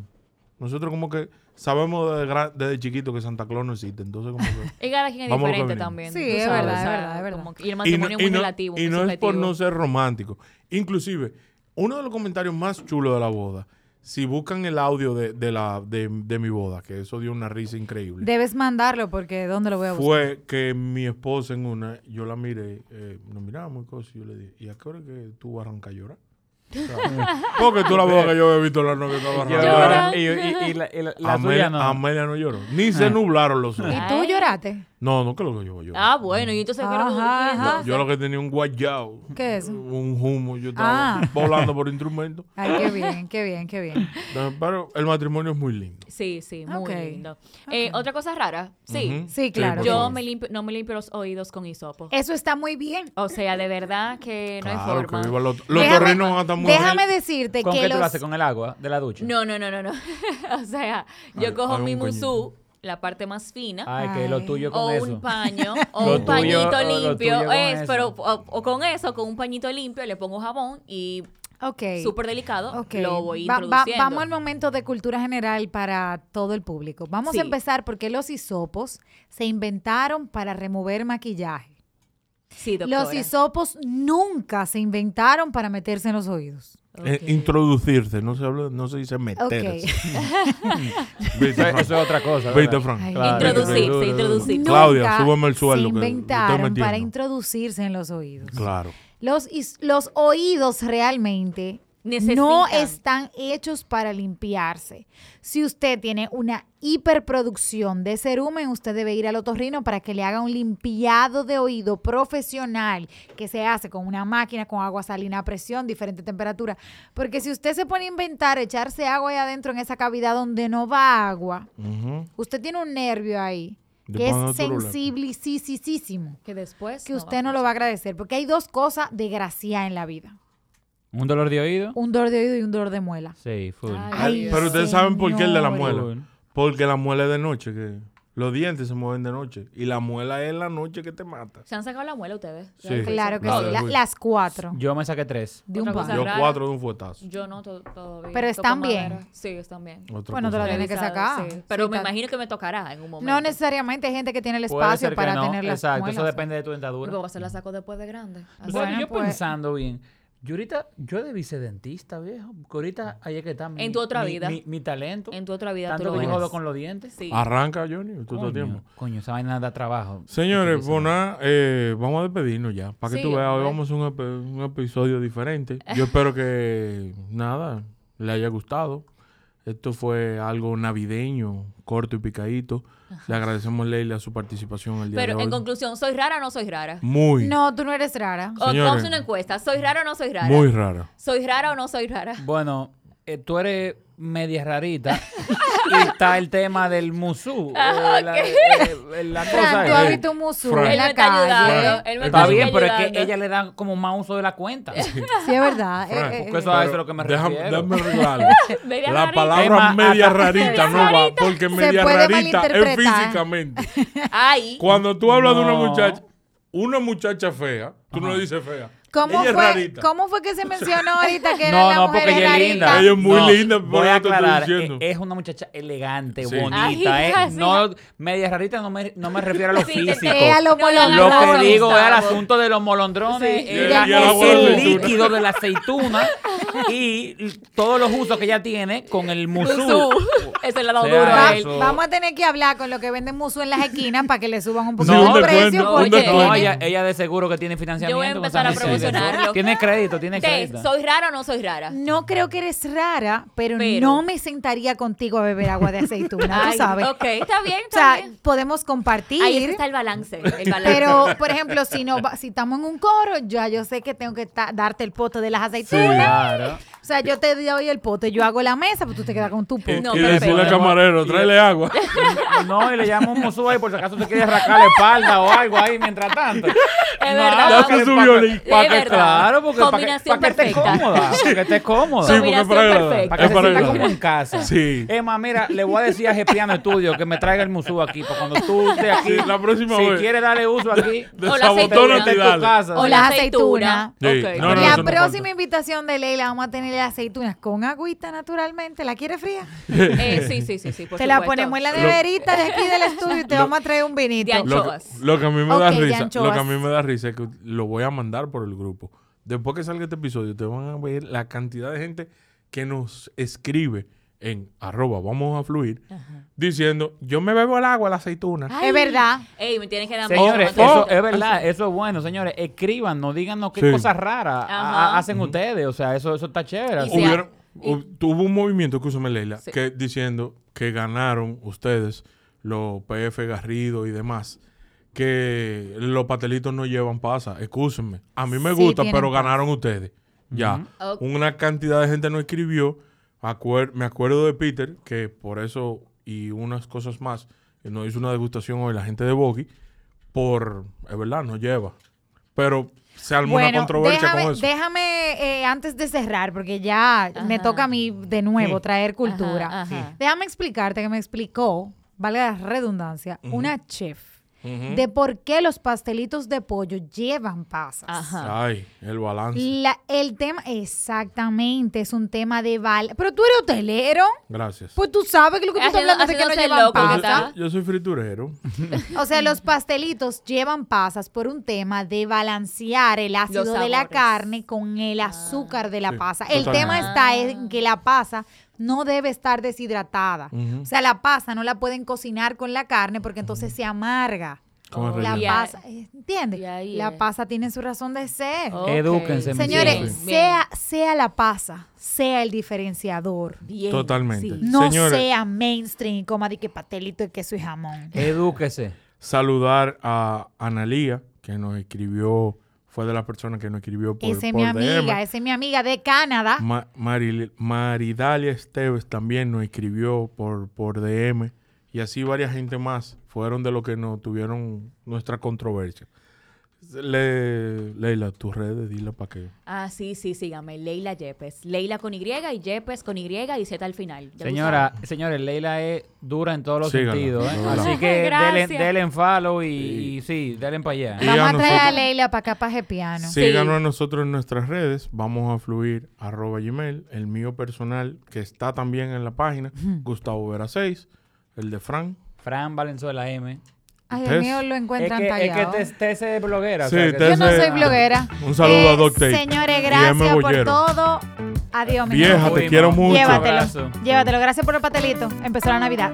Speaker 1: Nosotros como que sabemos desde, gra- desde chiquito que Santa Claus no existe, entonces como que...
Speaker 3: Y cada quien es
Speaker 1: Vamos a lo que
Speaker 3: diferente
Speaker 1: venimos.
Speaker 3: también.
Speaker 2: Sí,
Speaker 3: tú
Speaker 2: es verdad, es verdad, es verdad.
Speaker 3: como que- y el
Speaker 1: Y
Speaker 3: matrimonio es muy relativo.
Speaker 1: y
Speaker 3: muy
Speaker 1: no es por
Speaker 3: subjetivo.
Speaker 1: no ser romántico. Inclusive, uno de los comentarios más chulos de la boda, si buscan el audio de, de la, de, de mi boda, que eso dio una risa increíble,
Speaker 2: Debes mandarlo porque ¿dónde lo voy a buscar?
Speaker 1: fue que mi esposa en una, yo la miré, eh, nos mirábamos y cosas, y yo le dije, ¿y a qué hora es que tú vas a arrancar a llorar? O sea, Porque tú la boda que yo he visto la novia estaba arrancando.
Speaker 5: Yo- Y, y- y la, y la- la
Speaker 1: A
Speaker 5: suya
Speaker 1: Amelia,
Speaker 5: no.
Speaker 1: Amelia no lloró. Ni
Speaker 3: Ah.
Speaker 1: se nublaron los ojos.
Speaker 2: ¿Y tú
Speaker 3: Ay.
Speaker 2: lloraste?
Speaker 1: No, no creo que yo voy a llorar.
Speaker 3: Ah, bueno, y entonces ¿qué
Speaker 2: Ajá,
Speaker 3: no- qué
Speaker 2: ajá.
Speaker 3: entonces?
Speaker 1: Yo lo que tenía un guayao.
Speaker 2: ¿Qué es eso?
Speaker 1: Un humo. Yo estaba
Speaker 2: Ah.
Speaker 1: volando por instrumento.
Speaker 2: Ay, qué bien, qué bien, qué bien.
Speaker 1: No, Pero el matrimonio es muy lindo.
Speaker 3: Sí, sí, muy
Speaker 2: Ok,
Speaker 3: lindo. Eh,
Speaker 2: ok.
Speaker 3: Otra cosa rara, sí.
Speaker 1: Ujú.
Speaker 2: Sí, claro.
Speaker 1: por
Speaker 3: Yo
Speaker 1: favor.
Speaker 3: me limpio, no me limpio los oídos con hisopo.
Speaker 2: Eso está muy bien.
Speaker 3: O sea, de verdad que no
Speaker 1: Claro,
Speaker 3: hay forma.
Speaker 1: que viva los, los
Speaker 2: Déjame-
Speaker 1: torrinos van a estar muy
Speaker 2: Déjame decirte
Speaker 5: ¿Con qué
Speaker 2: que
Speaker 5: tú lo
Speaker 2: los...
Speaker 5: haces? ¿Con el agua de la ducha?
Speaker 3: No, no, no, no, no. o sea, yo
Speaker 1: Al-
Speaker 3: cojo mi
Speaker 1: algún
Speaker 3: musú, la parte más fina.
Speaker 4: Ah,
Speaker 5: Ay, que lo
Speaker 2: Ay.
Speaker 5: tuyo con
Speaker 3: o
Speaker 5: eso.
Speaker 3: un paño, o
Speaker 5: Lo
Speaker 3: un
Speaker 5: tuyo-
Speaker 3: pañito
Speaker 5: o lo tuyo
Speaker 3: limpio,
Speaker 5: con
Speaker 3: es,
Speaker 5: eso.
Speaker 3: pero o, o con eso, con un pañito limpio, le pongo jabón y
Speaker 2: Ok.
Speaker 3: súper delicado,
Speaker 2: ok.
Speaker 3: lo voy
Speaker 2: Va- va-
Speaker 3: introduciendo.
Speaker 2: vamos al momento de cultura general para todo el público. Vamos
Speaker 3: Sí.
Speaker 2: a empezar porque los hisopos se inventaron para remover maquillaje.
Speaker 3: Sí, doctora.
Speaker 2: Los hisopos nunca se inventaron para meterse en los oídos.
Speaker 3: Ok.
Speaker 1: Eh, introducirse, no se habla, no se dice meterse.
Speaker 5: Eso,
Speaker 1: Viste, Frank.
Speaker 5: eso es otra cosa. ¿verdad?
Speaker 1: Viste, Frank.
Speaker 2: Ay,
Speaker 5: Claro.
Speaker 3: Introducirse,
Speaker 5: Duro, duro, duro.
Speaker 3: introducirse.
Speaker 2: Nunca
Speaker 1: Claudia, súbeme el sueldo,
Speaker 2: Se
Speaker 1: que lo estoy
Speaker 2: inventaron para
Speaker 1: metiendo.
Speaker 2: introducirse en los oídos.
Speaker 1: Claro.
Speaker 2: Los, is- los oídos realmente no
Speaker 3: Necesitan.
Speaker 2: están hechos para limpiarse. Si usted tiene una hiperproducción de cerumen, usted debe ir al otorrino para que le haga un limpiado de oído profesional que se hace con una máquina, con agua salina a presión, diferente temperatura. Porque si usted se pone a inventar echarse agua ahí adentro en esa cavidad donde no va agua,
Speaker 1: Ujú.
Speaker 2: usted tiene un nervio ahí
Speaker 1: Mm. De
Speaker 2: que
Speaker 1: pana
Speaker 2: es
Speaker 1: turula.
Speaker 2: sensibilisísimo
Speaker 3: que después
Speaker 2: que
Speaker 3: no
Speaker 2: usted
Speaker 3: va
Speaker 2: no
Speaker 3: a
Speaker 2: lo va a agradecer, porque hay dos cosas de gracia en la vida.
Speaker 5: ¿Un dolor de oído?
Speaker 2: Un dolor de oído y un dolor de muela.
Speaker 5: Sí, full.
Speaker 3: Ay,
Speaker 1: Ay, pero ustedes saben por qué el de la
Speaker 2: señores.
Speaker 1: muela.
Speaker 5: Full.
Speaker 1: Porque la muela es de noche, que los dientes se mueven de noche. Y la muela es la noche que te mata.
Speaker 3: ¿Se han sacado la muela ustedes?
Speaker 1: Sí.
Speaker 2: Claro que
Speaker 1: No,
Speaker 2: sí,
Speaker 1: de
Speaker 2: la-
Speaker 1: Luis.
Speaker 2: las cuatro
Speaker 5: Yo me saqué tres.
Speaker 2: de
Speaker 3: Otra
Speaker 2: un
Speaker 3: cosa
Speaker 2: par.
Speaker 1: Yo
Speaker 3: rara.
Speaker 1: cuatro de un fuetazo.
Speaker 3: Yo no to- todavía.
Speaker 2: Pero
Speaker 3: Toco
Speaker 2: están bien.
Speaker 3: madera. Sí, están bien.
Speaker 1: Otra
Speaker 2: Bueno, te lo
Speaker 1: cosa.
Speaker 2: tienes que
Speaker 3: Realizado,
Speaker 2: sacar.
Speaker 3: sí. Pero
Speaker 2: Sí,
Speaker 3: me
Speaker 2: tal.
Speaker 3: imagino que me tocará en un momento.
Speaker 2: No necesariamente hay gente que tiene el
Speaker 5: Puede
Speaker 2: espacio
Speaker 5: ser que
Speaker 2: para
Speaker 5: no,
Speaker 2: tener las
Speaker 5: Exacto,
Speaker 2: muelas.
Speaker 5: eso depende de tu
Speaker 3: Mi
Speaker 5: dentadura.
Speaker 3: papá se la sacó después de grande.
Speaker 5: O
Speaker 3: Así-
Speaker 5: sea,
Speaker 2: Bueno,
Speaker 5: yo
Speaker 2: pues.
Speaker 5: pensando bien, yo ahorita, yo debí ser dentista, viejo. Porque ahorita ahí es que está mi,
Speaker 3: Mm. En tu otra
Speaker 5: mi-
Speaker 3: vida.
Speaker 5: Mi, mi talento.
Speaker 3: En tu otra vida tú
Speaker 5: Tanto
Speaker 3: lo
Speaker 5: que yo
Speaker 3: verás.
Speaker 5: jodo con los dientes.
Speaker 3: Sí.
Speaker 1: Arranca, Johnny, todo
Speaker 5: Coño,
Speaker 1: el tiempo.
Speaker 5: Coño, esa vaina da trabajo. Este,
Speaker 1: Señores,
Speaker 5: Difícil.
Speaker 1: pues nada, eh, vamos a despedirnos ya. Para que
Speaker 3: Sí,
Speaker 1: tú veas, hoy
Speaker 3: hombre.
Speaker 1: vamos a hacer un, epi- un episodio diferente. Yo espero que, nada, le haya gustado. Esto fue algo navideño, corto y picadito. Le agradecemos, Leila, su participación el día
Speaker 3: Pero
Speaker 1: de
Speaker 3: en
Speaker 1: hoy.
Speaker 3: conclusión, ¿soy rara o no soy rara?
Speaker 1: muy,
Speaker 2: No, tú no eres rara.
Speaker 3: O
Speaker 1: Señores.
Speaker 3: vamos a una encuesta. ¿Soy rara o no soy rara?
Speaker 1: muy rara.
Speaker 3: ¿Soy rara o no soy rara?
Speaker 5: Bueno, eh, tú eres media rarita. y está el tema del musú. eh,
Speaker 3: Ah,
Speaker 5: la, eh, la cosa
Speaker 2: Fran, tú
Speaker 5: es-
Speaker 2: has visto un musú
Speaker 1: Fran.
Speaker 2: en
Speaker 3: Él me
Speaker 2: la
Speaker 3: está ayudando.
Speaker 2: calle.
Speaker 1: Fran.
Speaker 3: Él me
Speaker 5: Está
Speaker 3: está
Speaker 5: bien, pero es que
Speaker 3: ayudando.
Speaker 5: ella le da como más uso de la cuenta.
Speaker 2: Sí, es verdad.
Speaker 1: Fran,
Speaker 2: eh, eh,
Speaker 5: porque
Speaker 2: eh.
Speaker 5: eso a eso es lo que me
Speaker 1: Déjame,
Speaker 5: refiero.
Speaker 1: déjame arreglarlo.
Speaker 3: Media
Speaker 1: La
Speaker 3: rarita.
Speaker 1: palabra
Speaker 5: Emma,
Speaker 1: media
Speaker 5: hasta-
Speaker 1: rarita no va, porque media
Speaker 2: puede
Speaker 1: rarita es
Speaker 2: malinterpretar.
Speaker 1: físicamente.
Speaker 3: Ay.
Speaker 1: Cuando tú hablas de una
Speaker 5: No.
Speaker 1: muchacha, una muchacha fea, tú no le dices fea.
Speaker 2: eh, ¿Cómo
Speaker 1: Ella es
Speaker 2: fue,
Speaker 1: rarita.
Speaker 2: ¿Cómo fue que se mencionó ahorita que era
Speaker 4: No,
Speaker 2: la
Speaker 4: no,
Speaker 2: mujer
Speaker 4: porque ella es
Speaker 2: rarita?
Speaker 4: linda.
Speaker 1: Ella es muy
Speaker 4: No,
Speaker 1: linda, por lo
Speaker 4: Voy a
Speaker 1: que te estoy
Speaker 4: aclarar.
Speaker 1: diciendo.
Speaker 4: e- Es una muchacha elegante,
Speaker 1: Sí.
Speaker 4: bonita,
Speaker 3: Ay,
Speaker 4: ¿eh?
Speaker 3: ya, sí.
Speaker 4: No, media rarita, no me, no me refiero a lo
Speaker 3: Sí, te-
Speaker 4: físico.
Speaker 2: Eh, a lo
Speaker 3: No, no,
Speaker 2: molón.
Speaker 3: no,
Speaker 4: Lo
Speaker 3: no, no,
Speaker 4: que digo es el
Speaker 3: Gustavo.
Speaker 4: asunto de los molondrones, el,
Speaker 3: Sí.
Speaker 1: Y el- y el agua de
Speaker 4: el
Speaker 1: aceituna.
Speaker 4: líquido de la aceituna y todos los usos que ella tiene con el musú.
Speaker 3: Musú. Ese le ha dado
Speaker 4: O
Speaker 3: duro
Speaker 4: sea,
Speaker 3: a
Speaker 2: Va-
Speaker 3: él.
Speaker 4: eso.
Speaker 2: vamos a tener que hablar con los que venden musu en las esquinas para que le suban un poco
Speaker 1: Sí,
Speaker 2: el
Speaker 1: un
Speaker 2: precio.
Speaker 1: descuento,
Speaker 3: un
Speaker 2: Porque
Speaker 3: descuento.
Speaker 4: No,
Speaker 2: tienen-
Speaker 4: ella, ella de seguro que tiene financiamiento.
Speaker 3: Yo voy a
Speaker 4: con esa
Speaker 3: empezar a
Speaker 4: mujer.
Speaker 3: promocionarlo.
Speaker 4: Tiene crédito, tiene
Speaker 3: Te,
Speaker 4: crédito.
Speaker 3: ¿Soy rara o no soy rara?
Speaker 2: No creo que eres rara, pero,
Speaker 3: Pero-
Speaker 2: no me sentaría contigo a beber agua de aceituna,
Speaker 3: Ay,
Speaker 2: tú sabes.
Speaker 3: Ok, está bien,
Speaker 2: O sea,
Speaker 3: está bien.
Speaker 2: podemos
Speaker 3: Ahí es
Speaker 2: compartir.
Speaker 3: que está el balance. El balance.
Speaker 2: Pero, por ejemplo, si no va- si estamos en un coro, ya yo sé que tengo que ta- darte el pote de las aceitunas.
Speaker 4: Claro.
Speaker 2: O sea, yo te doy el pote, yo hago la mesa, pues tú te quedas con tu
Speaker 1: Y,
Speaker 2: pote.
Speaker 3: No,
Speaker 1: y decirle al
Speaker 4: perfecto.
Speaker 1: camarero,
Speaker 4: Y-
Speaker 1: tráele agua.
Speaker 4: No, y le llamo un musú ahí por si acaso te quieres rascar la espalda o algo ahí mientras tanto. Es
Speaker 3: verdad.
Speaker 1: Ya se subió el-
Speaker 3: Es
Speaker 4: que,
Speaker 3: verdad.
Speaker 4: claro, porque para que, pa'
Speaker 3: Combinación
Speaker 4: que estés
Speaker 3: perfecta.
Speaker 4: cómoda, para que estés cómoda.
Speaker 1: Sí, porque es para
Speaker 3: Combinación
Speaker 1: agradar.
Speaker 3: perfecta.
Speaker 4: Para
Speaker 1: Es
Speaker 4: que se sienta
Speaker 1: agradar.
Speaker 4: como en casa.
Speaker 1: Sí.
Speaker 4: Emma, mira, le voy a decir a Gepiano Estudio que me traiga el musú aquí. Para cuando tú estés aquí.
Speaker 1: Sí, la próxima
Speaker 4: si
Speaker 1: vez.
Speaker 4: quieres darle uso aquí.
Speaker 1: De
Speaker 3: O
Speaker 1: sabotona
Speaker 3: la aceituna.
Speaker 1: y
Speaker 4: en tu
Speaker 1: dale.
Speaker 4: casa.
Speaker 2: O
Speaker 4: sí.
Speaker 2: las aceitunas.
Speaker 1: Sí,
Speaker 3: Ok.
Speaker 1: no, no,
Speaker 2: la
Speaker 1: eso no
Speaker 2: próxima
Speaker 1: falta.
Speaker 2: invitación de Leila vamos a tener las aceitunas con agüita naturalmente. ¿La quieres fría?
Speaker 3: Eh, sí, sí, sí, sí. Por
Speaker 2: te la
Speaker 3: supuesto.
Speaker 2: ponemos en la
Speaker 1: Lo-
Speaker 2: neverita de aquí del estudio y te
Speaker 1: Lo-
Speaker 2: vamos a traer un vinito.
Speaker 3: De ancho-
Speaker 1: Lo que,
Speaker 3: Anchoas.
Speaker 1: lo que a mí me da
Speaker 2: Ok, de
Speaker 1: risa, lo que a
Speaker 2: anchoas.
Speaker 1: mí me da risa es que lo voy a mandar por el grupo. Después que salga este episodio, ustedes van a ver la cantidad de gente que nos escribe en arroba vamos a fluir diciendo yo me bebo el agua, la aceituna.
Speaker 3: Ay.
Speaker 2: Es verdad.
Speaker 3: Ey, me tienes que dar
Speaker 4: Señores, oh, eh,
Speaker 3: más.
Speaker 4: eso es verdad, eso es bueno, señores. Escríbanos, díganos qué
Speaker 1: Oh. Sí.
Speaker 4: cosas raras a-
Speaker 3: Ajá.
Speaker 4: hacen ustedes. O sea, eso, eso está chévere.
Speaker 3: Y
Speaker 4: Uy,
Speaker 3: sea-
Speaker 1: Hubieron- hub- tuvo un movimiento, escúchame Leila,
Speaker 3: Sí.
Speaker 1: que diciendo que ganaron ustedes los PF Garrido y demás, que los pastelitos no llevan pasa, escúchenme. A mí me
Speaker 2: Sí,
Speaker 1: gusta,
Speaker 2: tienen
Speaker 1: pero
Speaker 2: pasa.
Speaker 1: ganaron ustedes. Ya.
Speaker 3: Ok.
Speaker 1: Una cantidad de gente no escribió. Acuer- me acuerdo de Peter, que por eso y unas cosas más, eh, nos hizo una degustación hoy la gente de Boggy, por, es verdad, no lleva. Pero se armó una
Speaker 2: Bueno,
Speaker 1: controversia
Speaker 2: déjame,
Speaker 1: con eso.
Speaker 2: déjame eh, antes de cerrar, porque ya me
Speaker 3: Ajá.
Speaker 2: toca a mí de nuevo traer cultura.
Speaker 3: Ajá, ajá.
Speaker 2: Déjame explicarte que me explicó, valga la redundancia, una chef
Speaker 1: Ujú.
Speaker 2: de por qué los pastelitos de pollo llevan pasas.
Speaker 3: Ajá.
Speaker 1: Ay, el balance.
Speaker 2: La- el tema, exactamente, es un tema de val. Pero tú eres hotelero,
Speaker 1: Gracias.
Speaker 2: pues tú sabes que lo que tú estás
Speaker 3: Haciendo-
Speaker 2: hablando es que no
Speaker 3: haciéndose
Speaker 2: llevan
Speaker 3: loco,
Speaker 1: Yo soy-
Speaker 2: pasas.
Speaker 3: ¿verdad?
Speaker 1: yo, soy friturero.
Speaker 2: O sea,
Speaker 3: Mm.
Speaker 2: los pastelitos llevan pasas por un tema de balancear el ácido
Speaker 3: Los
Speaker 2: de la
Speaker 3: sabores. Ah.
Speaker 2: carne con el azúcar de la
Speaker 1: Sí,
Speaker 2: pasa. El tema
Speaker 1: totalmente.
Speaker 2: está en que la pasa no debe estar deshidratada.
Speaker 1: Ujú.
Speaker 2: O sea, la pasa no la pueden cocinar con la carne porque entonces se amarga.
Speaker 1: Con el
Speaker 3: Oh,
Speaker 2: La
Speaker 1: relleno.
Speaker 3: Y a-
Speaker 2: pasa, eh, ¿entiendes?
Speaker 3: y ahí
Speaker 2: La
Speaker 3: es.
Speaker 2: pasa tiene su razón de ser.
Speaker 3: Ok.
Speaker 4: Edúquense, mis
Speaker 2: Señores,
Speaker 4: hijos.
Speaker 3: Bien,
Speaker 2: sea, sea la pasa, sea el diferenciador.
Speaker 3: bien,
Speaker 1: Totalmente.
Speaker 3: sí.
Speaker 2: No
Speaker 1: Señores.
Speaker 2: sea mainstream y coma de que pastelito y queso y jamón.
Speaker 4: Edúquese.
Speaker 1: Saludar a Analía, que nos escribió, fue de las personas que nos escribió por,
Speaker 2: Esa es
Speaker 1: por
Speaker 2: mi
Speaker 1: DM.
Speaker 2: amiga, esa es mi amiga de Canadá.
Speaker 1: Ma- Maril- Maridalia Esteves también nos escribió por, por DM. Y así varias gente más fueron de los que nos tuvieron nuestra controversia. Le, Leila, tus redes, dile para que...
Speaker 3: Ah, sí, sí, sígame. Leila Yepes. Leila con Y y Yepes con Y y Z al final. Ya tú
Speaker 4: Señora, señores, Leila es dura en todos los
Speaker 1: Síganla,
Speaker 4: sentidos. ¿eh?
Speaker 1: de verdad.
Speaker 4: Así que
Speaker 3: Gracias.
Speaker 4: denle, denle en follow y, y sí, denle para allá.
Speaker 1: Y
Speaker 2: Vamos
Speaker 1: a
Speaker 2: a traer a
Speaker 1: nosotros-
Speaker 2: Leila para acá, para Gepiano.
Speaker 3: Sí.
Speaker 1: Síganos a nosotros en nuestras redes. Vamos a fluir arroba gmail. El mío personal, que está también en la página, Gustavo Vera 6. El de Fran.
Speaker 4: Fran Valenzuela M.
Speaker 2: Ay,
Speaker 1: Tess.
Speaker 2: el mío lo
Speaker 4: Es
Speaker 2: encuentran
Speaker 4: que, es que
Speaker 2: tallado.
Speaker 4: Tess- Tess es bloguera. o
Speaker 1: Sí,
Speaker 4: sea que-
Speaker 1: Tess
Speaker 2: Yo no
Speaker 1: es-
Speaker 2: soy bloguera.
Speaker 1: Eh,
Speaker 2: Eh,
Speaker 1: Un saludo a Doc Tate.
Speaker 2: Señores,
Speaker 1: Y M.
Speaker 2: gracias por
Speaker 1: Bollero.
Speaker 2: todo. Adiós, mi
Speaker 1: Vieja,
Speaker 2: gente.
Speaker 1: te quiero mucho.
Speaker 2: Llévatelo.
Speaker 4: Abrazo.
Speaker 2: Llévatelo. Gracias por el patelito. Empezó la Navidad.